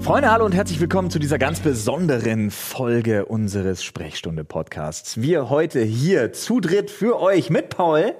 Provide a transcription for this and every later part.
Freunde, hallo und herzlich willkommen zu dieser ganz besonderen Folge unseres Sprechstunde-Podcasts. Wir heute hier zu dritt für euch mit Paul,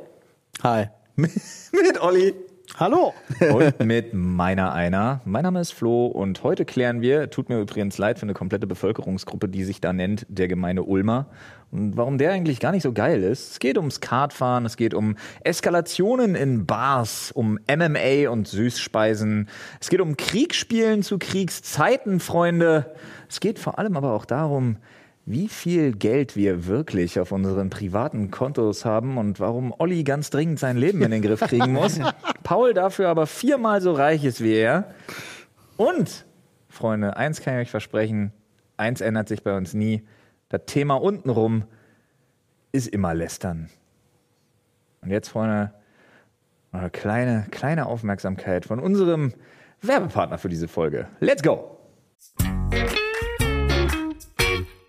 Hi. mit Olli Hallo. und mit meiner einer. Mein Name ist Flo und heute klären wir, tut mir übrigens leid für eine komplette Bevölkerungsgruppe, die sich da nennt, der gemeine Ulmer. Und warum der eigentlich gar nicht so geil ist. Es geht ums Kartfahren, es geht um Eskalationen in Bars, um MMA und Süßspeisen. Es geht um Kriegsspielen zu Kriegszeiten, Freunde. Es geht vor allem aber auch darum, wie viel Geld wir wirklich auf unseren privaten Kontos haben und warum Olli ganz dringend sein Leben in den Griff kriegen muss. Paul dafür aber viermal so reich ist wie er. Und, Freunde, eins kann ich euch versprechen, eins ändert sich bei uns nie. Das Thema untenrum ist immer lästern. Und jetzt, Freunde, eine kleine, kleine Aufmerksamkeit von unserem Werbepartner für diese Folge. Let's go!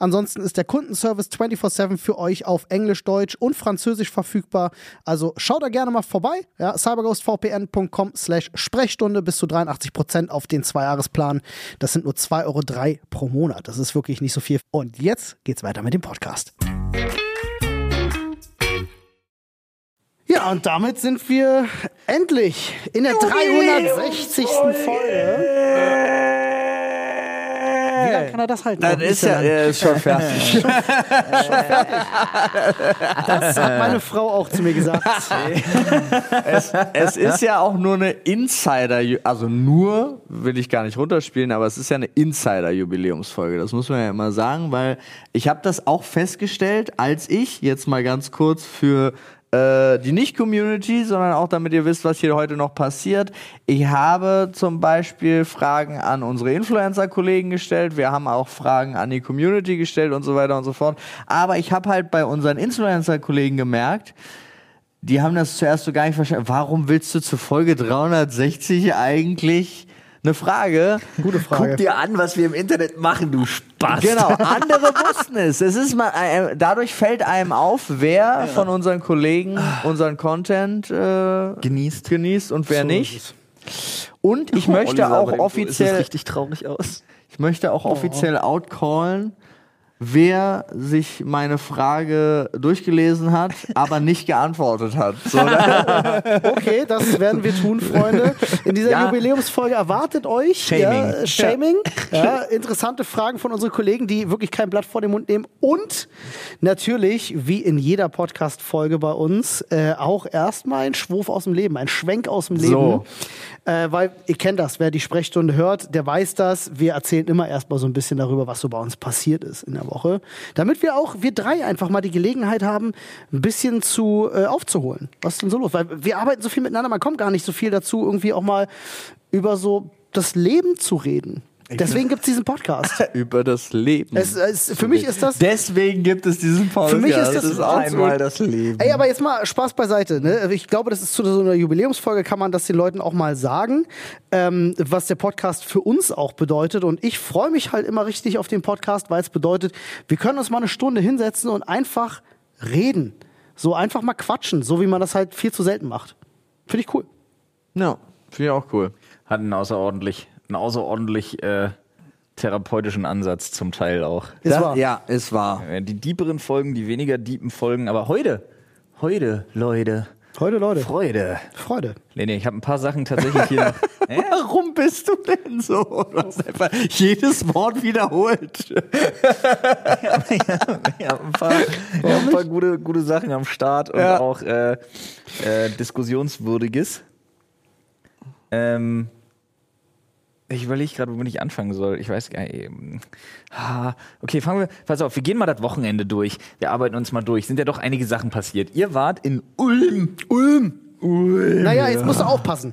Ansonsten ist der Kundenservice 24-7 für euch auf Englisch, Deutsch und Französisch verfügbar. Also schaut da gerne mal vorbei. Ja, cyberghostvpn.com slash Sprechstunde bis zu 83% auf den Zweijahresplan. Das sind nur 2,03 Euro pro Monat. Das ist wirklich nicht so viel. Und jetzt geht's weiter mit dem Podcast. Ja, und damit sind wir endlich in der 360. Folge. Wie lange kann er das halten? Noch ein bisschen lang. ist schon fertig. Das hat meine Frau auch zu mir gesagt. es ist ja auch nur eine Insider, also nur will ich gar nicht runterspielen, aber es ist ja eine Insider-Jubiläumsfolge. Das muss man ja immer sagen, weil ich habe das auch festgestellt, als ich jetzt mal ganz kurz für äh, die Nicht-Community, sondern auch damit ihr wisst, was hier heute noch passiert. Ich habe zum Beispiel Fragen an unsere Influencer-Kollegen gestellt, wir haben auch Fragen an die Community gestellt und so weiter und so fort. Aber ich habe halt bei unseren Influencer-Kollegen gemerkt, die haben das zuerst so gar nicht verstanden. Warum willst du zur Folge 360 eigentlich eine Frage? Gute Frage. Guck dir an, was wir im Internet machen, du Spaß. Genau, andere wussten es. Es ist mal, äh, dadurch fällt einem auf, wer von unseren Kollegen unseren Content äh, Genießt. genießt und wer nicht. Und ich möchte auch offiziell, richtig traurig aus. ich möchte auch offiziell outcallen, wer sich meine Frage durchgelesen hat, aber nicht geantwortet hat. So, ne? Okay, das werden wir tun, Freunde. In dieser Ja. Jubiläumsfolge erwartet euch Shaming, ja, Shaming ja, interessante Fragen von unseren Kollegen, die wirklich kein Blatt vor den Mund nehmen. Und natürlich, wie in jeder Podcast-Folge bei uns, äh, auch erstmal ein Schwurf aus dem Leben, ein Schwenk aus dem Leben. So. Äh, weil ihr kennt das, wer die Sprechstunde hört, der weiß das. Wir erzählen immer erstmal so ein bisschen darüber, was so bei uns passiert ist in der Woche. Damit wir auch, wir drei einfach mal die Gelegenheit haben, ein bisschen zu äh, aufzuholen. Was ist denn so los? Weil wir arbeiten so viel miteinander, man kommt gar nicht so viel dazu, irgendwie auch mal über so das Leben zu reden. Deswegen gibt's diesen Podcast. über das Leben. Es, es, für mich ist das. Deswegen gibt es diesen Podcast. mich ist das absolut- Einmal das Leben. Ey, aber jetzt mal Spaß beiseite. Ne? Ich glaube, das ist zu so einer Jubiläumsfolge, kann man das den Leuten auch mal sagen, ähm, was der Podcast für uns auch bedeutet. Und ich freue mich halt immer richtig auf den Podcast, weil es bedeutet, wir können uns mal eine Stunde hinsetzen und einfach reden. So einfach mal quatschen, so wie man das halt viel zu selten macht. Finde ich cool. Ja, finde ich auch cool. Hat einen außerordentlich, einen außerordentlich äh, therapeutischen Ansatz zum Teil auch. Äh, Ist Da- wahr. Ja, ist wahr. Die dieberen Folgen, die weniger diepen Folgen, aber heute, heute, Leute, Freude, Leute. Freude. Freude. Nee, nee, ich habe ein paar Sachen tatsächlich hier noch. Hä? Warum bist du denn so? Du hast einfach jedes Wort wiederholt. Ja, ein paar, ja, ein paar gute, gute Sachen am Start und Ja. auch äh, äh, diskussionswürdiges. Ähm, ich überlege gerade, womit ich anfangen soll. Ich weiß gar nicht. ähm, ah, Okay, fangen wir. Pass auf, wir gehen mal das Wochenende durch. Wir arbeiten uns mal durch. Sind ja doch einige Sachen passiert. Ihr wart in Ulm. Ulm. Ulm. Naja, jetzt musst du aufpassen.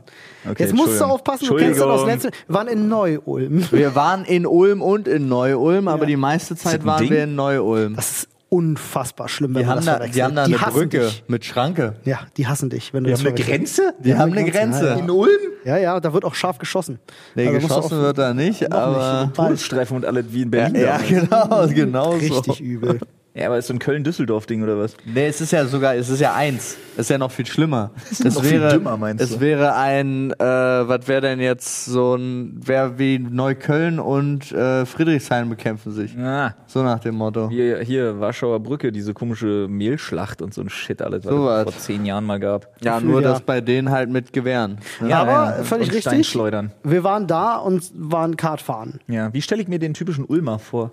Okay, jetzt musst du Entschuldigung. aufpassen. Du kennst das aus Entschuldigung. letztem. Wir waren in Neu-Ulm. Wir waren in Ulm und in Neu-Ulm, aber die meiste das Zeit ein waren Ding? wir in Neu-Ulm. Das ist unfassbar schlimm, wenn Die man haben das da, die haben da verwechselt. eine hassen Brücke Dich. mit Schranke. Ja, die hassen dich, wenn du Wir das haben eine verwechselst. Grenze? Die, haben eine Grenze. Grenze, ja. In Ulm? Ja, ja, da wird auch scharf geschossen. Nee, Also musst du geschossen wird da nicht, auch aber. nicht. Bald. Todesstreifen und alles wie in Berlin. Ja, damals. genau, genau Richtig so. übel. ja, aber ist so ein Köln-Düsseldorf-Ding oder was? Nee, es ist ja sogar, es ist ja eins. Es ist ja noch viel schlimmer. Es, noch viel wäre, dümmer, meinst es du? wäre ein, äh, was wäre denn jetzt so ein, wer wie Neukölln und äh, Friedrichshain bekämpfen sich. Ah, So nach dem Motto. Hier, hier, Warschauer Brücke, diese komische Mehlschlacht und so ein Shit alles, was So es was. vor zehn Jahren mal gab. Ja, Gefühl, nur ja. dass bei denen halt mit Gewehren. ne? Ja, Aber ja. völlig Und richtig. Steinschleudern. Wir waren da und waren Kart fahren. Ja, wie stelle ich mir den typischen Ulmer vor?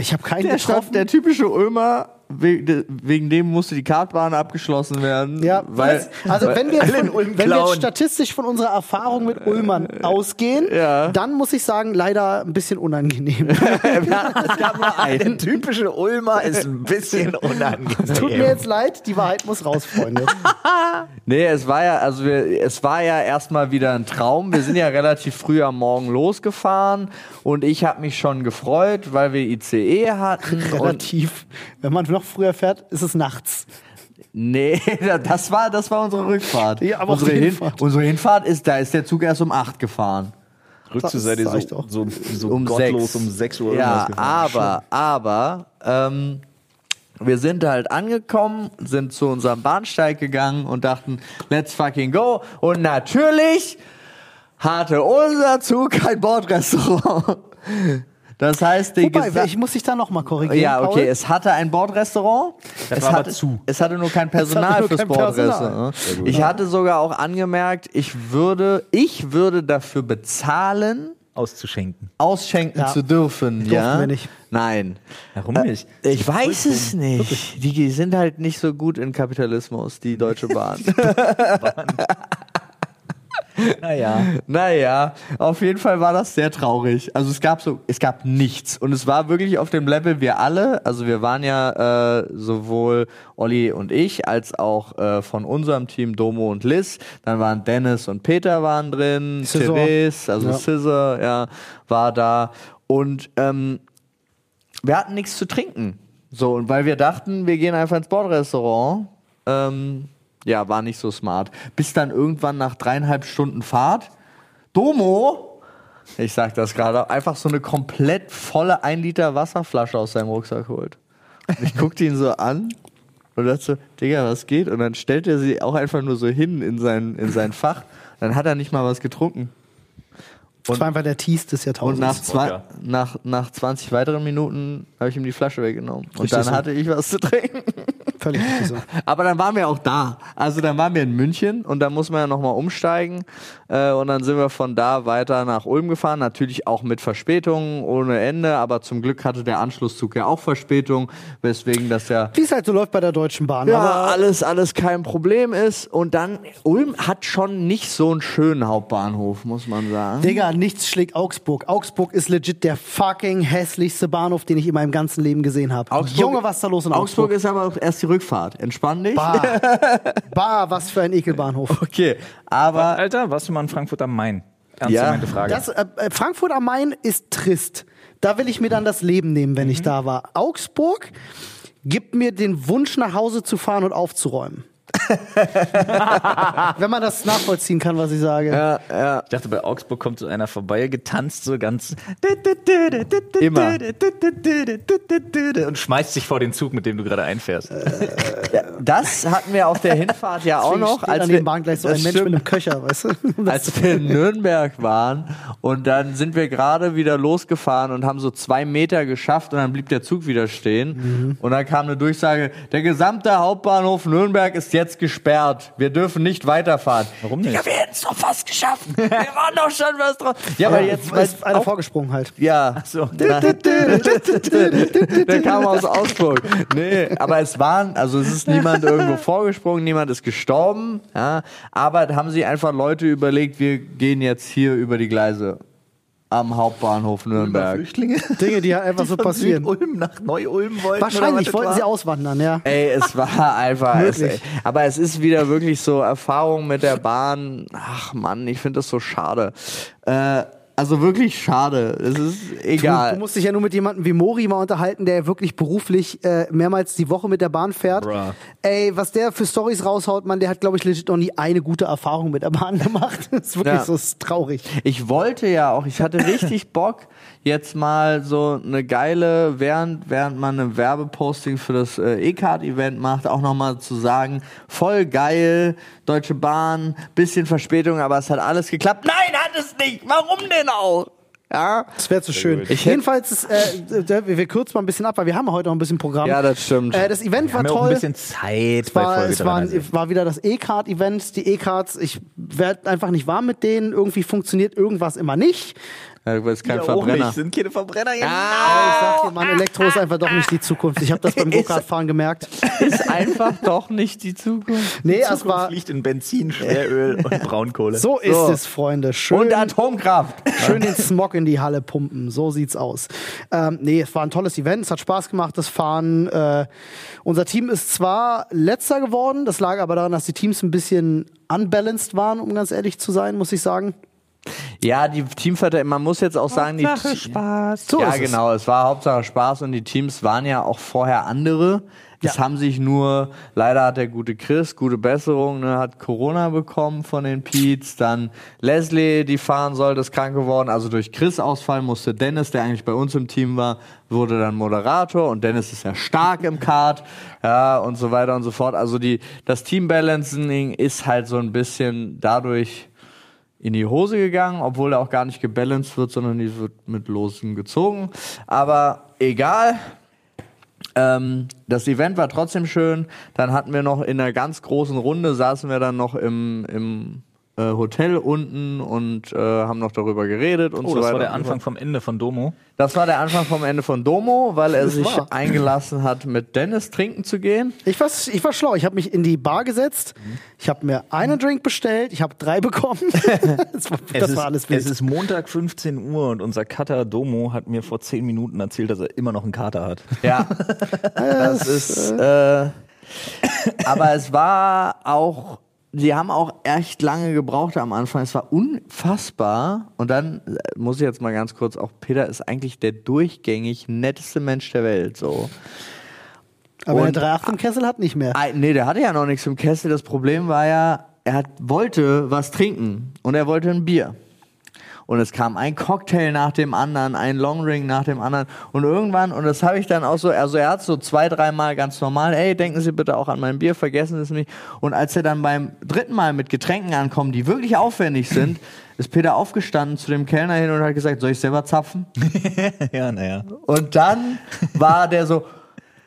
Ich habe keinen Der, getroffen. Stadt, der typische Ulmer, we- de- wegen dem musste die Kartbahn abgeschlossen werden. ja, weil. also wenn wir, alle in von, Ulm wenn wir jetzt klauen. statistisch von unserer Erfahrung mit Ulmern ausgehen, Äh, ja. dann muss ich sagen, leider ein bisschen unangenehm. es gab nur einen. typische Ulmer ist ein bisschen Tut unangenehm. mir jetzt leid, die Wahrheit muss raus, Freunde. Nee, es war ja, also wir, es war ja erstmal wieder ein Traum. Wir sind ja relativ früh am Morgen losgefahren und ich habe mich schon gefreut, weil wir ICE hatten. Und Relativ. Wenn man noch früher fährt, ist es nachts. nee, das war, das war unsere Rückfahrt. Ja, aber auch unsere, die Hin- Hinfahrt. unsere Hinfahrt ist, da ist der Zug erst um 8 gefahren. Rückzu seid ihr Das reicht so, auch. so, so um gottlos sechs. um 6 Uhr Ja, irgendwas gefahren. aber, aber, ähm, wir sind halt angekommen, sind zu unserem Bahnsteig gegangen und dachten, let's fucking go. Und natürlich hatte unser Zug kein Bordrestaurant. Das heißt, die Wobei, gesa- ich muss dich da nochmal korrigieren. ja, okay, Paul. es hatte ein Bordrestaurant. Das es, war aber hatte, zu. es hatte nur kein Personal nur fürs kein Personal. Bordrestaurant. Ich hatte sogar auch angemerkt, ich würde, ich würde dafür bezahlen, Auszuschenken. ausschenken Ja. zu dürfen. ja? wir nicht. Nein. Warum Äh, nicht? Ich weiß es nicht. Die die sind halt nicht so gut in Kapitalismus, die Deutsche Bahn. Naja. naja, auf jeden Fall war das sehr traurig. Also es gab so, es gab nichts. Und es war wirklich auf dem Level, wir alle, also wir waren ja äh, sowohl Olli und ich, als auch äh, von unserem Team Domo und Liz. Dann waren Dennis und Peter waren drin, Scissor. Therese, also Ja. Scissor, ja, war da. Und ähm, wir hatten nichts zu trinken. So, und weil wir dachten, wir gehen einfach ins Bordrestaurant, ähm, ja, war nicht so smart. Bis dann irgendwann nach dreieinhalb Stunden Fahrt, Domo, ich sag das gerade, einfach so eine komplett volle 1 Liter Wasserflasche aus seinem Rucksack holt. Und ich guckte ihn so an und dachte so, Digga, was geht? Und dann stellt er sie auch einfach nur so hin in sein, in sein Fach. Dann hat er nicht mal was getrunken. Das war einfach der Tease des Und nach, Jahrtausends. zwei, nach, nach 20 weiteren Minuten habe ich ihm die Flasche weggenommen. Und Richtig dann so. hatte ich was zu trinken. Völlig richtig so. Aber dann waren wir auch da. Also dann waren wir in München und dann muss man ja nochmal umsteigen. Äh, und dann sind wir von da weiter nach Ulm gefahren. Natürlich auch mit Verspätungen ohne Ende. Aber zum Glück hatte der Anschlusszug ja auch Verspätung, weswegen das ja Wie es halt so läuft bei der Deutschen Bahn. ja, aber alles, alles kein Problem ist. Und dann, Ulm hat schon nicht so einen schönen Hauptbahnhof, muss man sagen. Digga, nichts schlägt Augsburg. Augsburg ist legit der fucking hässlichste Bahnhof, den ich in meinem ganzen Leben gesehen habe. Junge, was ist da los in Augsburg? Augsburg ist aber auch erst die Rückfahrt. Entspann dich. bah. bah, was für ein Ekelbahnhof. Okay, aber Alter, warst du mal in Frankfurt am Main? Ja. Ernstgemeinte Frage. Das, äh, äh, Frankfurt am Main ist trist. Da will ich mir dann das Leben nehmen, wenn ich da war. Augsburg gibt mir den Wunsch, nach Hause zu fahren und aufzuräumen. wenn man das nachvollziehen kann, was ich sage. ich dachte, bei Augsburg kommt so einer vorbei, getanzt so ganz Immer. Äh, und schmeißt sich vor den Zug, mit dem du gerade einfährst. Das hatten wir auf der Hinfahrt ja auch Deswegen noch. steht an dem Bahn gleich so ein das Mensch stimmt. mit einem Köcher, weißt du? Das- als wir in Nürnberg waren und dann sind wir gerade wieder losgefahren und haben so zwei Meter geschafft und dann blieb der Zug wieder stehen Mhm. und dann kam eine Durchsage, der gesamte Hauptbahnhof Nürnberg ist jetzt gesperrt, wir dürfen nicht weiterfahren. Warum nicht? Digga, wir hätten es doch fast geschafft, wir waren doch schon was drauf. Ja, aber jetzt, weil ist einer vorgesprungen halt. ja. so. Na, Der kam aus Augsburg. Nee, aber es waren, also es ist niemand irgendwo vorgesprungen, niemand ist gestorben. Ja, aber da haben sich einfach Leute überlegt, wir gehen jetzt hier über die Gleise am Hauptbahnhof Nürnberg. Flüchtlinge, Dinge, die halt einfach so von passieren. Südulm nach Neu-Ulm wollten. Wahrscheinlich wollten sie auch. auswandern, ja. Ey, es war einfach. Es, Möglich. aber es ist wieder wirklich so Erfahrung mit der Bahn. Ach Mann, ich finde das so schade. Äh, also wirklich schade. Es ist egal. Du, du musst dich ja nur mit jemandem wie Mori mal unterhalten, der wirklich beruflich äh, mehrmals die Woche mit der Bahn fährt. Bruh. Ey, was der für Stories raushaut, Mann, der hat, glaube ich, legit noch nie eine gute Erfahrung mit der Bahn gemacht. Das ist wirklich Ja. so das ist traurig. Ich wollte ja auch, ich hatte richtig Bock, jetzt mal so eine geile, während, während man ein Werbeposting für das äh, E-Card-Event macht, auch nochmal zu sagen, voll geil, Deutsche Bahn, bisschen Verspätung, aber es hat alles geklappt. Nein, hat es nicht! Warum denn auch? Ja, Das wäre zu schön. gut. Ich hätt- Jedenfalls, ist, äh, wir wir kürzen mal ein bisschen ab, weil wir haben heute noch ein bisschen Programm. ja das stimmt. äh, das Event war Haben wir auch ein toll. bisschen Zeit bei war, Folge es war, 73. war wieder das E-Card-Event. Die E-Cards, ich werde einfach nicht warm mit denen. Irgendwie funktioniert irgendwas immer nicht. ja, du bist kein Ja, auch Verbrenner. nicht, sind keine Verbrenner. Ah, Ich sag dir, Mann, Elektro ist einfach doch nicht die Zukunft. Ich habe das beim Go-Kart-Fahren gemerkt. ist einfach doch nicht die Zukunft. Nee, Die es Zukunft war. liegt in Benzin, Schweröl und Braunkohle. So ist So. es, Freunde. Schön, Und Atomkraft. schön den Smog in die Halle pumpen. So sieht's aus. Ähm, nee, es war ein tolles Event. Es hat Spaß gemacht, das Fahren. Äh, unser Team ist zwar letzter geworden, das lag aber daran, dass die Teams ein bisschen unbalanced waren, um ganz ehrlich zu sein, muss ich sagen. Ja, die Teamvater, man muss jetzt auch sagen, die Spaß. So ja, ist es. genau, es war Hauptsache Spaß und die Teams waren ja auch vorher andere. Es Ja. haben sich nur, leider hat der gute Chris, gute Besserung, ne, hat Corona bekommen von den Peets, dann Leslie, die fahren sollte, ist krank geworden. Also durch Chris Ausfall musste Dennis, der eigentlich bei uns im Team war, wurde dann Moderator und Dennis ist ja stark im Kart, ja, und so weiter und so fort. Also die, das Teambalancing ist halt so ein bisschen dadurch, in die Hose gegangen, obwohl er auch gar nicht gebalanced wird, sondern die wird mit Losen gezogen. Aber egal. Ähm, das Event war trotzdem schön. Dann hatten wir noch in einer ganz großen Runde saßen wir dann noch im, im äh, Hotel unten und äh, haben noch darüber geredet und Oh, so das weiter. war der und so fort. Anfang vom Ende von Domo. Das war der Anfang vom Ende von Domo, weil er sich wahr. eingelassen hat, mit Dennis trinken zu gehen. Ich war, ich war schlau. Ich habe mich in die Bar gesetzt. Mhm. Ich habe mir einen Drink bestellt. Ich habe drei bekommen. das war, das es, war alles ist, es ist Montag 15 Uhr und unser Cutter Domo hat mir vor 10 Minuten erzählt, dass er immer noch einen Kater hat. Ja. das ist. Äh, aber es war auch. Sie haben auch echt lange gebraucht am Anfang. Es war unfassbar. Und dann äh, muss ich jetzt mal ganz kurz auch. Peter ist eigentlich der durchgängig netteste Mensch der Welt. So. Aber der und- 3,8 im Kessel hat nicht mehr. Ah, nee, der hatte ja noch nichts im Kessel. Das Problem war ja, er hat, wollte was trinken und er wollte ein Bier. Und es kam ein Cocktail nach dem anderen, ein Longring nach dem anderen. Und irgendwann, und das habe ich dann auch so, also er hat so zwei, dreimal ganz normal, ey, denken Sie bitte auch an mein Bier, vergessen Sie es nicht. Und als er dann beim dritten Mal mit Getränken ankommt, die wirklich aufwendig sind, ist Peter aufgestanden zu dem Kellner hin und hat gesagt, soll ich selber zapfen? ja, naja. Und dann war der so,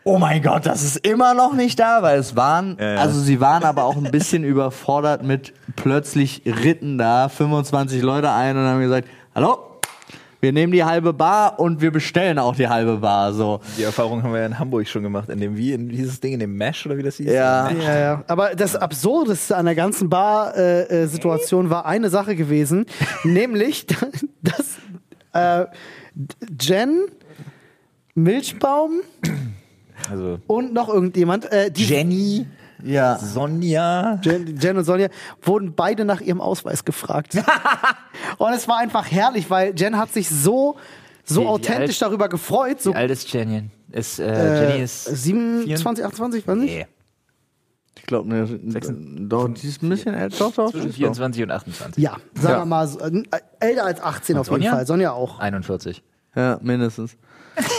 oh mein Gott, das ist immer noch nicht da, weil es waren, Ja, ja. also sie waren aber auch ein bisschen überfordert mit plötzlich ritten da 25 Leute ein und haben gesagt, hallo, wir nehmen die halbe Bar und wir bestellen auch die halbe Bar, so. Die Erfahrung haben wir ja in Hamburg schon gemacht, in dem, wie, in dieses Ding, in dem Mesh oder wie das hieß? Ja. Ja, ja. Aber das Absurdeste an der ganzen Bar-Situation war eine Sache gewesen, nämlich, dass äh, Jen, Milchbaum Also und noch irgendjemand, äh, die Jenny, Ja. Sonja. Jen, Jen und Sonja wurden beide nach ihrem Ausweis gefragt. und es war einfach herrlich, weil Jen hat sich so, so Wie- wie authentisch alt- darüber gefreut. So, Wie alt ist Jenny? Ist, äh, Jenny äh, ist 27, 28, weiß nicht. Nee. Ich glaube, ne, doch, die ist ein bisschen älter, doch, doch. zwischen 24 und 28. Ja, sagen Ja. wir mal, so, äh, älter als 18 auf jeden Sonja? Fall. Sonja auch. 41. Ja, mindestens.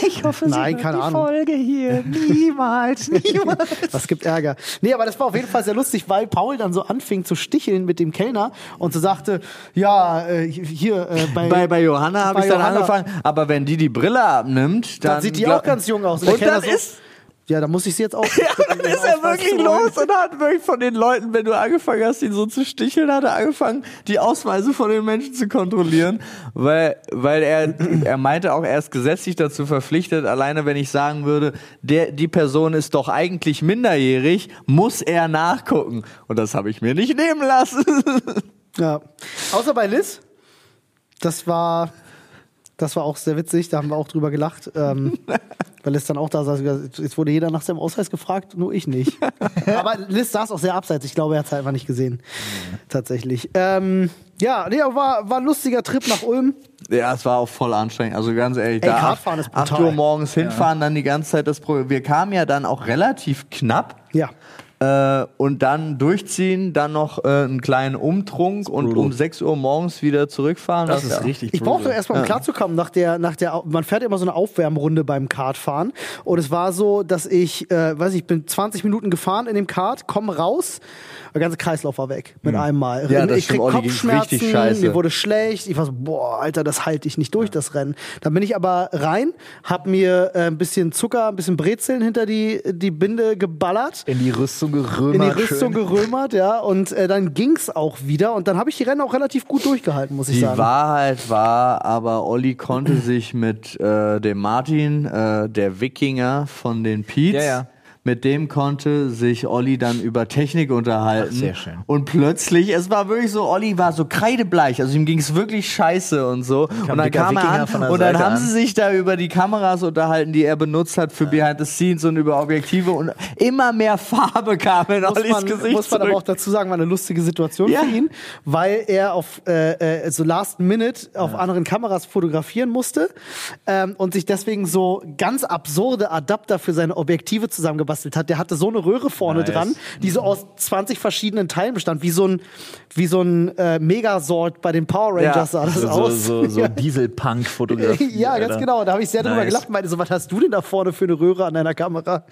Ich hoffe, Nein, keine Ahnung. Folge hier. Niemals, niemals. Das gibt Ärger. Nee, aber das war auf jeden Fall sehr lustig, weil Paul dann so anfing zu sticheln mit dem Kellner und so sagte, ja, äh, hier äh, bei, Bei, bei Johanna habe Bei ich dann Johanna. angefangen, aber wenn die die Brille abnimmt, dann. dann sieht die glaub- auch ganz jung aus. der Und Kellner dann ist, ja, da muss ich sie jetzt auch. ja, dann ist er wirklich los und hat wirklich von den Leuten, wenn du angefangen hast, ihn so zu sticheln, hat er angefangen, die Ausweise von den Menschen zu kontrollieren, weil, weil er, er meinte auch, er ist gesetzlich dazu verpflichtet, alleine wenn ich sagen würde, der, die Person ist doch eigentlich minderjährig, muss er nachgucken. Und das habe ich mir nicht nehmen lassen. Ja. Außer bei Liz. Das war, das war auch sehr witzig, da haben wir auch drüber gelacht. Ähm, weil Liz dann auch da saß. und gesagt, Jetzt wurde jeder nach seinem Ausweis gefragt, nur ich nicht. aber Liz saß auch sehr abseits. Ich glaube, er hat es einfach nicht gesehen. Mhm. Tatsächlich. Ähm, ja, nee, aber war, war ein lustiger Trip nach Ulm. Ja, es war auch voll anstrengend. Also ganz ehrlich, Ey, da Kartfahren ist brutal. 8 Uhr morgens hinfahren, dann die ganze Zeit das Problem. Wir kamen ja dann auch relativ knapp. Ja. Äh, und dann durchziehen, dann noch äh, einen kleinen Umtrunk und um 6 Uhr morgens wieder zurückfahren. Das ist richtig. Ich brauchte erstmal, um klarzukommen, nach der, nach der, Au- man fährt immer so eine Aufwärmrunde beim Kartfahren. Und es war so, dass ich, äh, weiß ich, bin 20 Minuten gefahren in dem Kart, komm raus, der ganze Kreislauf war weg mit einem Mal. Hm. Ja, das ich krieg stimmt, Olli, ging's Kopfschmerzen, richtig scheiße. mir wurde schlecht. Ich war so, boah, Alter, das halte ich nicht durch, das Rennen. Dann bin ich aber rein, hab mir äh, ein bisschen Zucker, ein bisschen Brezeln hinter die, die Binde geballert In die Rüstung gerömert. in die Rüstung gerömert, ja, und äh, dann ging's auch wieder und dann habe ich die Rennen auch relativ gut durchgehalten, muss ich Die sagen. Wahrheit war, aber Olli konnte sich mit äh, dem Martin, äh, der Wikinger von den Peets, Ja, ja. mit dem konnte sich Olli dann über Technik unterhalten. Ach, sehr schön. Und plötzlich, es war wirklich so, Olli war so kreidebleich, also ihm ging es wirklich scheiße und so. und dann dicker kam er Wikinger an von der und dann Seite haben an. sie sich da über die Kameras unterhalten, die er benutzt hat für Behind the Scenes und über Objektive und immer mehr Farbe kam in muss Ollis man, Gesicht muss man aber zurück. auch dazu sagen, war eine lustige Situation Ja. für ihn, weil er auf äh, äh, so Last Minute auf anderen Kameras fotografieren musste ähm, und sich deswegen so ganz absurde Adapter für seine Objektive zusammengebastelt hat. Der hatte so eine Röhre vorne Nice. Mhm. dran, die so aus 20 verschiedenen Teilen bestand, wie so ein wie so ein äh, Megasort bei den Power Rangers sah Ja. das So, aus. so, so Ja. Dieselpunk-Fotografie. Ja, ganz Alter. genau. Da habe ich sehr drüber Nice. gelacht und meinte so, was hast du denn da vorne für eine Röhre an deiner Kamera?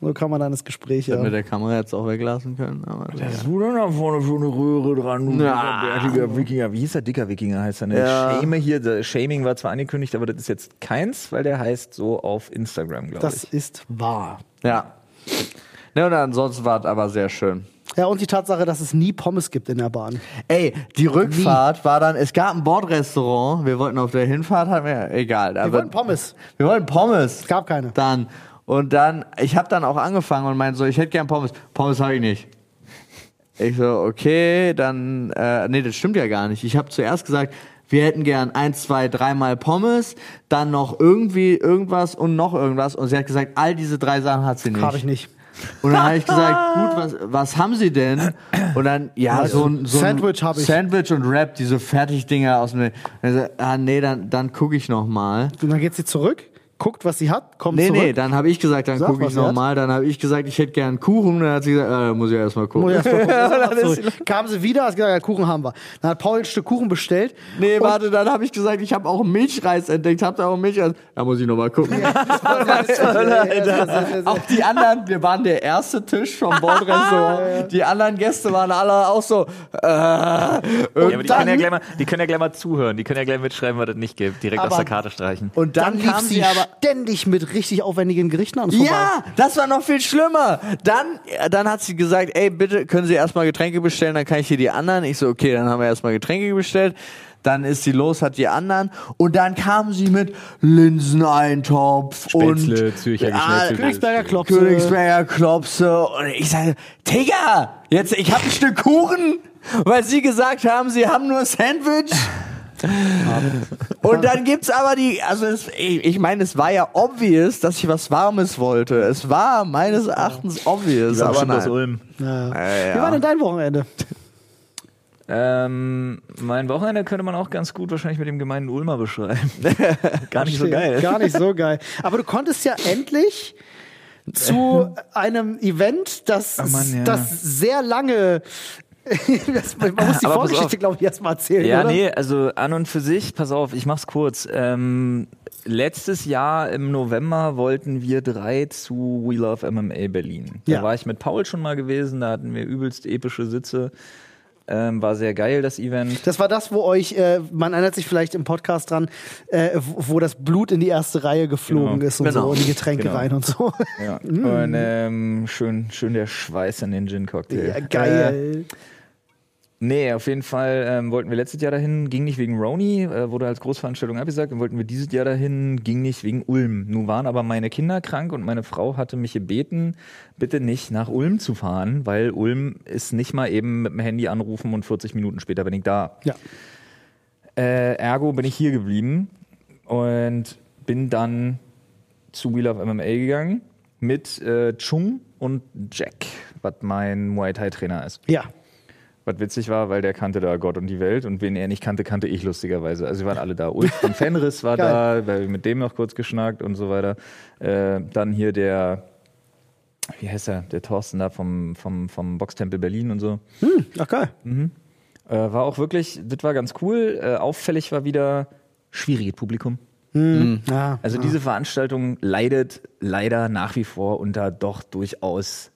Und so kam man dann ins Gespräch. Ja. Mit der Kamera jetzt auch weglassen können. Aber Was hast du denn da vorne für eine Röhre dran, du Na. dicker bärtiger Wikinger? Wie hieß der dicker Wikinger? Heißt er ne? Ja. Shame hier. Der Shaming war zwar angekündigt, aber das ist jetzt keins, weil der heißt so auf Instagram, glaube Das ich. ist wahr. Ja. Ne, und ansonsten war es aber sehr schön. Ja, und die Tatsache, dass es nie Pommes gibt in der Bahn. Ey, die Rückfahrt war dann, es gab ein Bordrestaurant, wir wollten auf der Hinfahrt, haben wir, egal. Also Wir wollten Pommes. Wir wollten Pommes. Es gab keine. Dann. Und dann, ich habe dann auch angefangen und meinte so, ich hätte gern Pommes. Pommes habe ich nicht. Ich so, okay, dann, äh, nee, das stimmt ja gar nicht. Ich habe zuerst gesagt, wir hätten gern ein, zwei, dreimal Pommes, dann noch irgendwie irgendwas und noch irgendwas. Und sie hat gesagt, all diese drei Sachen hat sie nicht. Habe ich nicht. Und dann habe ich gesagt, gut, was, was haben Sie denn? Und dann, ja, so ein, so ein Also Sandwich hab ich. Sandwich und Wrap, diese Fertigdinger aus dem. Und dann so, ah, nee, dann, dann gucke ich nochmal. Und dann geht sie zurück, guckt, was sie hat, kommt Nee, zurück. nee, dann habe ich gesagt, dann Sag, gucke was ich sie hat. nochmal. Dann habe ich gesagt, ich hätte gern Kuchen. Dann hat sie gesagt, ah, da muss ich erstmal Oh, gucken. ja, so, so, zurück. Kam sie wieder, hat gesagt, ja, Kuchen haben wir. Dann hat Paul ein Stück Kuchen bestellt. Nee, Und- warte, dann habe ich gesagt, ich habe auch einen Milchreis entdeckt. Habt ihr auch einen Milchreis? Da muss ich nochmal gucken. Auch die anderen, wir waren der erste Tisch vom Bordrestaurant. Die anderen Gäste waren alle auch so. Äh, und Ja, aber die dann können ja, gleich mal, die können ja gleich mal zuhören. Die können ja gleich mitschreiben, was es nicht gibt. Direkt Aber- aus der Karte streichen. Und Dann, dann, lief kam sie, sie aber. ständig mit richtig aufwendigen Gerichten an. uns vorbei. Ja, das war noch viel schlimmer. Dann, dann hat sie gesagt, ey, bitte können Sie erstmal Getränke bestellen, dann kann ich hier die anderen. Ich so, okay, dann haben wir erstmal Getränke bestellt. Dann ist sie los, hat die anderen. Und dann kam sie mit Linseneintopf Spätzle, und Zürcher Ah, Geschnetzeltes. Königsberger Klopse. Königsberger Klopse. Und ich sage, Digga, jetzt, ich habe ein Stück Kuchen, weil sie gesagt haben, sie haben nur Sandwich. Und dann gibt's aber die, also es, ich, ich meine, es war ja obvious, dass ich was Warmes wollte. Es war meines Erachtens obvious, aber bestimmt aus nein. Ulm. Ja. Äh, Wie war ja. denn dein Wochenende? Ähm, mein Wochenende könnte man auch ganz gut wahrscheinlich mit dem gemeinen Ulmer beschreiben. Gar nicht so geil. Gar nicht so geil. Aber du konntest ja endlich zu einem Event, das, Ah, Mann, ja. das sehr lange äh, Das- Man muss die Aber pass Vorgeschichte, auf. glaube ich, erst mal erzählen. Ja, oder? nee, also an und für sich, pass auf, ich mach's kurz. Ähm, letztes Jahr im November wollten wir drei zu We Love MMA Berlin. Da Ja. war ich mit Paul schon mal gewesen, da hatten wir übelst epische Sitze. Ähm, war sehr geil, das Event. Das war das, wo euch, äh, man erinnert sich vielleicht im Podcast dran, äh, wo wo das Blut in die erste Reihe geflogen Genau. ist und so Genau. und die Getränke Genau. rein und so. Ja. Mm. Und ähm, schön, schön der Schweiß in den Gin-Cocktail. Äh, Ja, geil. Nee, auf jeden Fall ähm, wollten wir letztes Jahr dahin, ging nicht wegen Roni, äh, wurde als Großveranstaltung abgesagt, und wollten wir dieses Jahr dahin, ging nicht wegen Ulm. Nun waren aber meine Kinder krank und meine Frau hatte mich gebeten, bitte nicht nach Ulm zu fahren, weil Ulm ist nicht mal eben mit dem Handy anrufen und 40 Minuten später bin ich da. Ja. Äh, ergo bin ich hier geblieben und bin dann zu Wheel of MMA gegangen mit äh, Chung und Jack, was mein Muay Thai Trainer ist. ja. Was witzig war, weil der kannte da Gott und die Welt und wen er nicht kannte, kannte ich lustigerweise. Also wir waren alle da. Ulf von Fenris war da, weil wir mit dem noch kurz geschnackt und so weiter. Äh, dann hier der, wie heißt er, der Thorsten da vom, vom, vom Boxtempel Berlin und so. Hm, ach geil. Äh, war auch wirklich, das war ganz cool. Äh, auffällig war wieder schwieriges Publikum. Ja. Also diese Veranstaltung leidet leider nach wie vor unter doch durchaus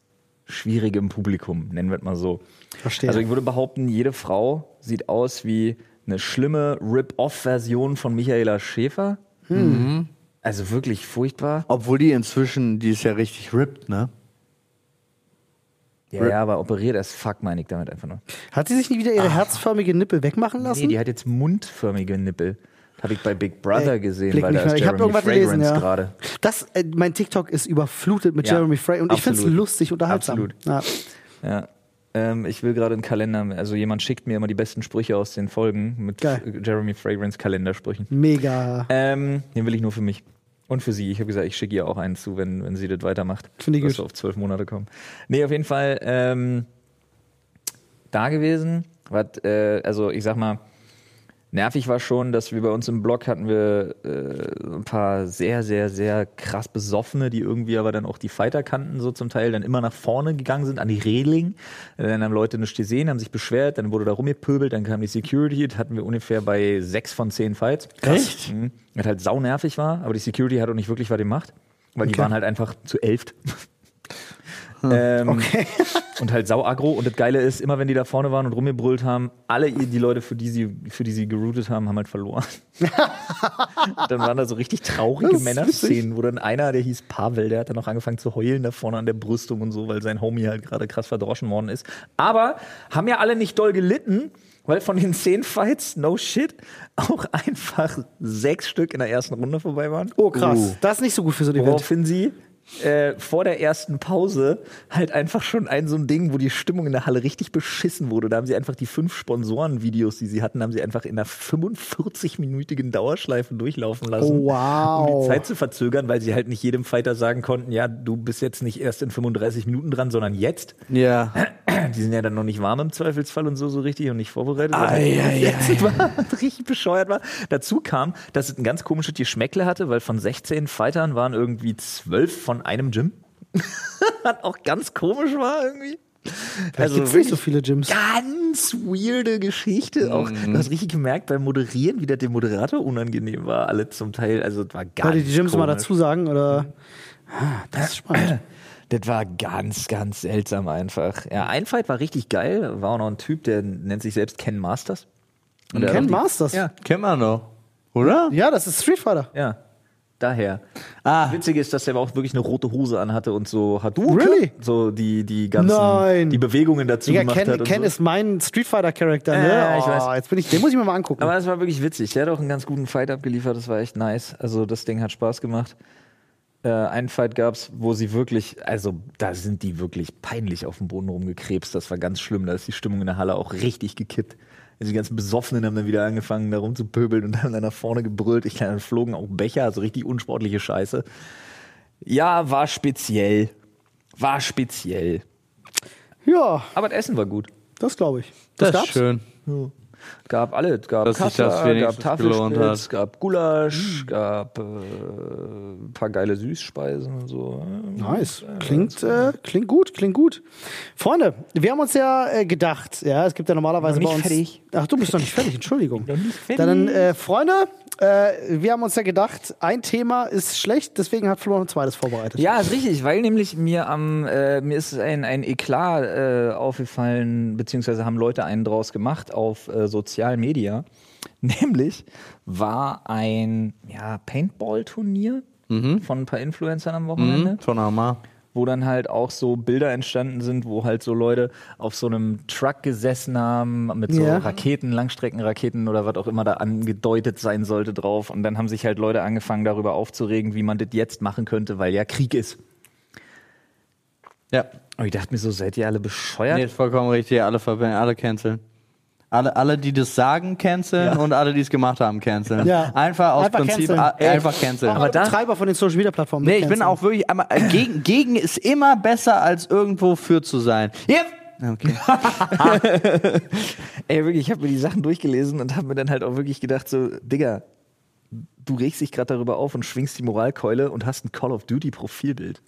schwierigem Publikum, nennen wir es mal so. Verstehe. Also ich würde behaupten, jede Frau sieht aus wie eine schlimme Rip-Off-Version von Michaela Schäfer. Hm. Also wirklich furchtbar. Obwohl die inzwischen, die ist ja richtig ripped, ne? Ja, ja, aber operiert als fuck, meine ich damit einfach nur. Hat sie sich nie wieder ihre herzförmige Nippel wegmachen Nee, lassen? die hat jetzt mundförmige Nippel. Habe ich bei Big Brother Ey, gesehen, blick weil mich da ist mal- ich hab Jeremy irgendwas gelesen, Fragrance ja. gerade. das, äh, mein TikTok ist überflutet mit Ja, Jeremy Frey und ich finde es absolut. lustig unterhaltsam. Absolut. Ja. Ja. Ähm, ich will gerade einen Kalender, also jemand schickt mir immer die besten Sprüche aus den Folgen mit Geil. F- Jeremy Fragrance Kalendersprüchen. Mega. Ähm, den will ich nur für mich. Und für sie. Ich habe gesagt, ich schicke ihr auch einen zu, wenn, wenn sie das weitermacht. Finde ich Dass gut. wir auf zwölf Monate kommen. Nee, auf jeden Fall ähm, da gewesen. Was, äh, also ich sag mal, nervig war schon, dass wir bei uns im Blog hatten wir äh, ein paar sehr, sehr, sehr krass Besoffene, die irgendwie aber dann auch die Fighter kannten, so zum Teil, dann immer nach vorne gegangen sind, an die Redling. Dann haben Leute nichts gesehen, haben sich beschwert, dann wurde da rumgepöbelt, dann kam die Security, das hatten wir ungefähr bei sechs von zehn Fights. Echt? Mhm. Was halt saunervig war, aber die Security hat auch nicht wirklich was gemacht, weil die waren halt einfach zu elft. Hm. ähm, okay. und halt sau aggro. Und das Geile ist, immer wenn die da vorne waren und rumgebrüllt haben, alle ihr- die Leute, für die sie, für die sie geroutet haben, haben halt verloren. dann waren da so richtig traurige Das ist Männerszenen, wo dann einer, der hieß Pavel, der hat dann noch angefangen zu heulen da vorne an der Brüstung und so, weil sein Homie halt gerade krass verdroschen worden ist. Aber haben ja alle nicht doll gelitten, weil von den zehn Fights, no shit, auch einfach sechs Stück in der ersten Runde vorbei waren. oh, krass. Uh. Das ist nicht so gut für so ein Event. Woraufhin sie äh, vor der ersten Pause halt einfach schon ein so ein Ding, wo die Stimmung in der Halle richtig beschissen wurde. Da haben sie einfach die fünf Sponsoren-Videos, die sie hatten, haben sie einfach in einer 45-minütigen Dauerschleife durchlaufen lassen. Oh, wow. Um die Zeit zu verzögern, weil sie halt nicht jedem Fighter sagen konnten, ja, du bist jetzt nicht erst in 35 Minuten dran, sondern jetzt. Ja. Die sind ja dann noch nicht warm im Zweifelsfall und so, so richtig und nicht vorbereitet. was Ei, halt ei, letztens war, was richtig bescheuert war. Dazu kam, dass es ein ganz komisches Geschmäckle hatte, weil von 16 Fightern waren irgendwie 12 von einem Gym. was auch ganz komisch war irgendwie. Also gibt es nicht so viele Gyms. Mhm. Ganz weirde Geschichte auch. Du hast richtig gemerkt beim Moderieren, wie das dem Moderator unangenehm war, alle zum Teil. Also, das war ganz Wollt ihr die Gyms mal komisch. dazu sagen? Oder? Ah, das ist spannend. Das war ganz, ganz seltsam einfach. Ja, ein Fight war richtig geil. War auch noch ein Typ, der nennt sich selbst Ken Masters. Und der- Ken Masters. Ja. Kennt man noch. Oder? ja, das ist Street Fighter. Ja, daher. Ah. Witzig ist, dass er aber auch wirklich eine rote Hose anhatte und so Hadouken. Really? So die, die ganzen Nein. Die Bewegungen dazu Digga, gemacht hat. Ken, Und Ken so. ist mein Street Fighter Charakter, ne? Ja, ja, ich oh, weiß. Jetzt bin ich, den muss ich mir mal angucken. aber es war wirklich witzig. Der hat auch einen ganz guten Fight abgeliefert. Das war echt nice. Also das Ding hat Spaß gemacht. Äh, einen Fight gab's, wo sie wirklich, also da sind die wirklich peinlich auf dem Boden rumgekrebst. Das war ganz schlimm. Da ist die Stimmung in der Halle auch richtig gekippt. Also die ganzen Besoffenen haben dann wieder angefangen, da rumzupöbeln und haben dann nach vorne gebrüllt. Ich dann flogen auch Becher, also richtig unsportliche Scheiße. Ja, war speziell. War speziell. ja, Aber das Essen war gut. das glaube ich. Das, ist gab's? schön. Gab alle, gab Dass sich Kassa, das wenigstens gab gelohnt hat. Tafelspitz, gab Gulasch, gab äh, ein paar geile Süßspeisen und so. Nice. Klingt, äh, klingt gut, klingt gut. Freunde, wir haben uns ja äh, gedacht, ja, es gibt ja normalerweise Noch bei uns. nicht fertig. Ach, du bist noch nicht fertig, Entschuldigung. Noch nicht fertig. Dann, äh, Freunde, äh, wir haben uns ja gedacht, ein Thema ist schlecht, deswegen hat Flo noch ein zweites vorbereitet. Ja, ist richtig, weil nämlich mir am äh, mir ist ein, ein Eklat äh, aufgefallen, beziehungsweise haben Leute einen draus gemacht auf äh, Social Media. Nämlich war ein ja, Paintball-Turnier Mhm. von ein paar Influencern am Wochenende Von Amar. wo dann halt auch so Bilder entstanden sind, wo halt so Leute auf so einem Truck gesessen haben mit so Ja. Raketen, Langstreckenraketen oder was auch immer da angedeutet sein sollte drauf. Und dann haben sich halt Leute angefangen, darüber aufzuregen, wie man das jetzt machen könnte, weil ja Krieg ist. Ja. Und ich dachte mir so, seid ihr alle bescheuert? Nee, ist vollkommen richtig. Alle, verb- alle canceln. Alle, alle, die das sagen, canceln und alle, die es gemacht haben, canceln. Ja. Einfach aus Einfach Prinzip canceln. a- einfach canceln. Auch alle Betreiber von den Social Media Plattformen. Nee, ich bin canceln. auch wirklich einmal, äh, gegen, gegen ist immer besser als irgendwo für zu sein. Yep. Okay. Ey, wirklich, ich habe mir die Sachen durchgelesen und habe mir dann halt auch wirklich gedacht, so, Digga, du regst dich gerade darüber auf und schwingst die Moralkeule und hast ein Call of Duty Profilbild.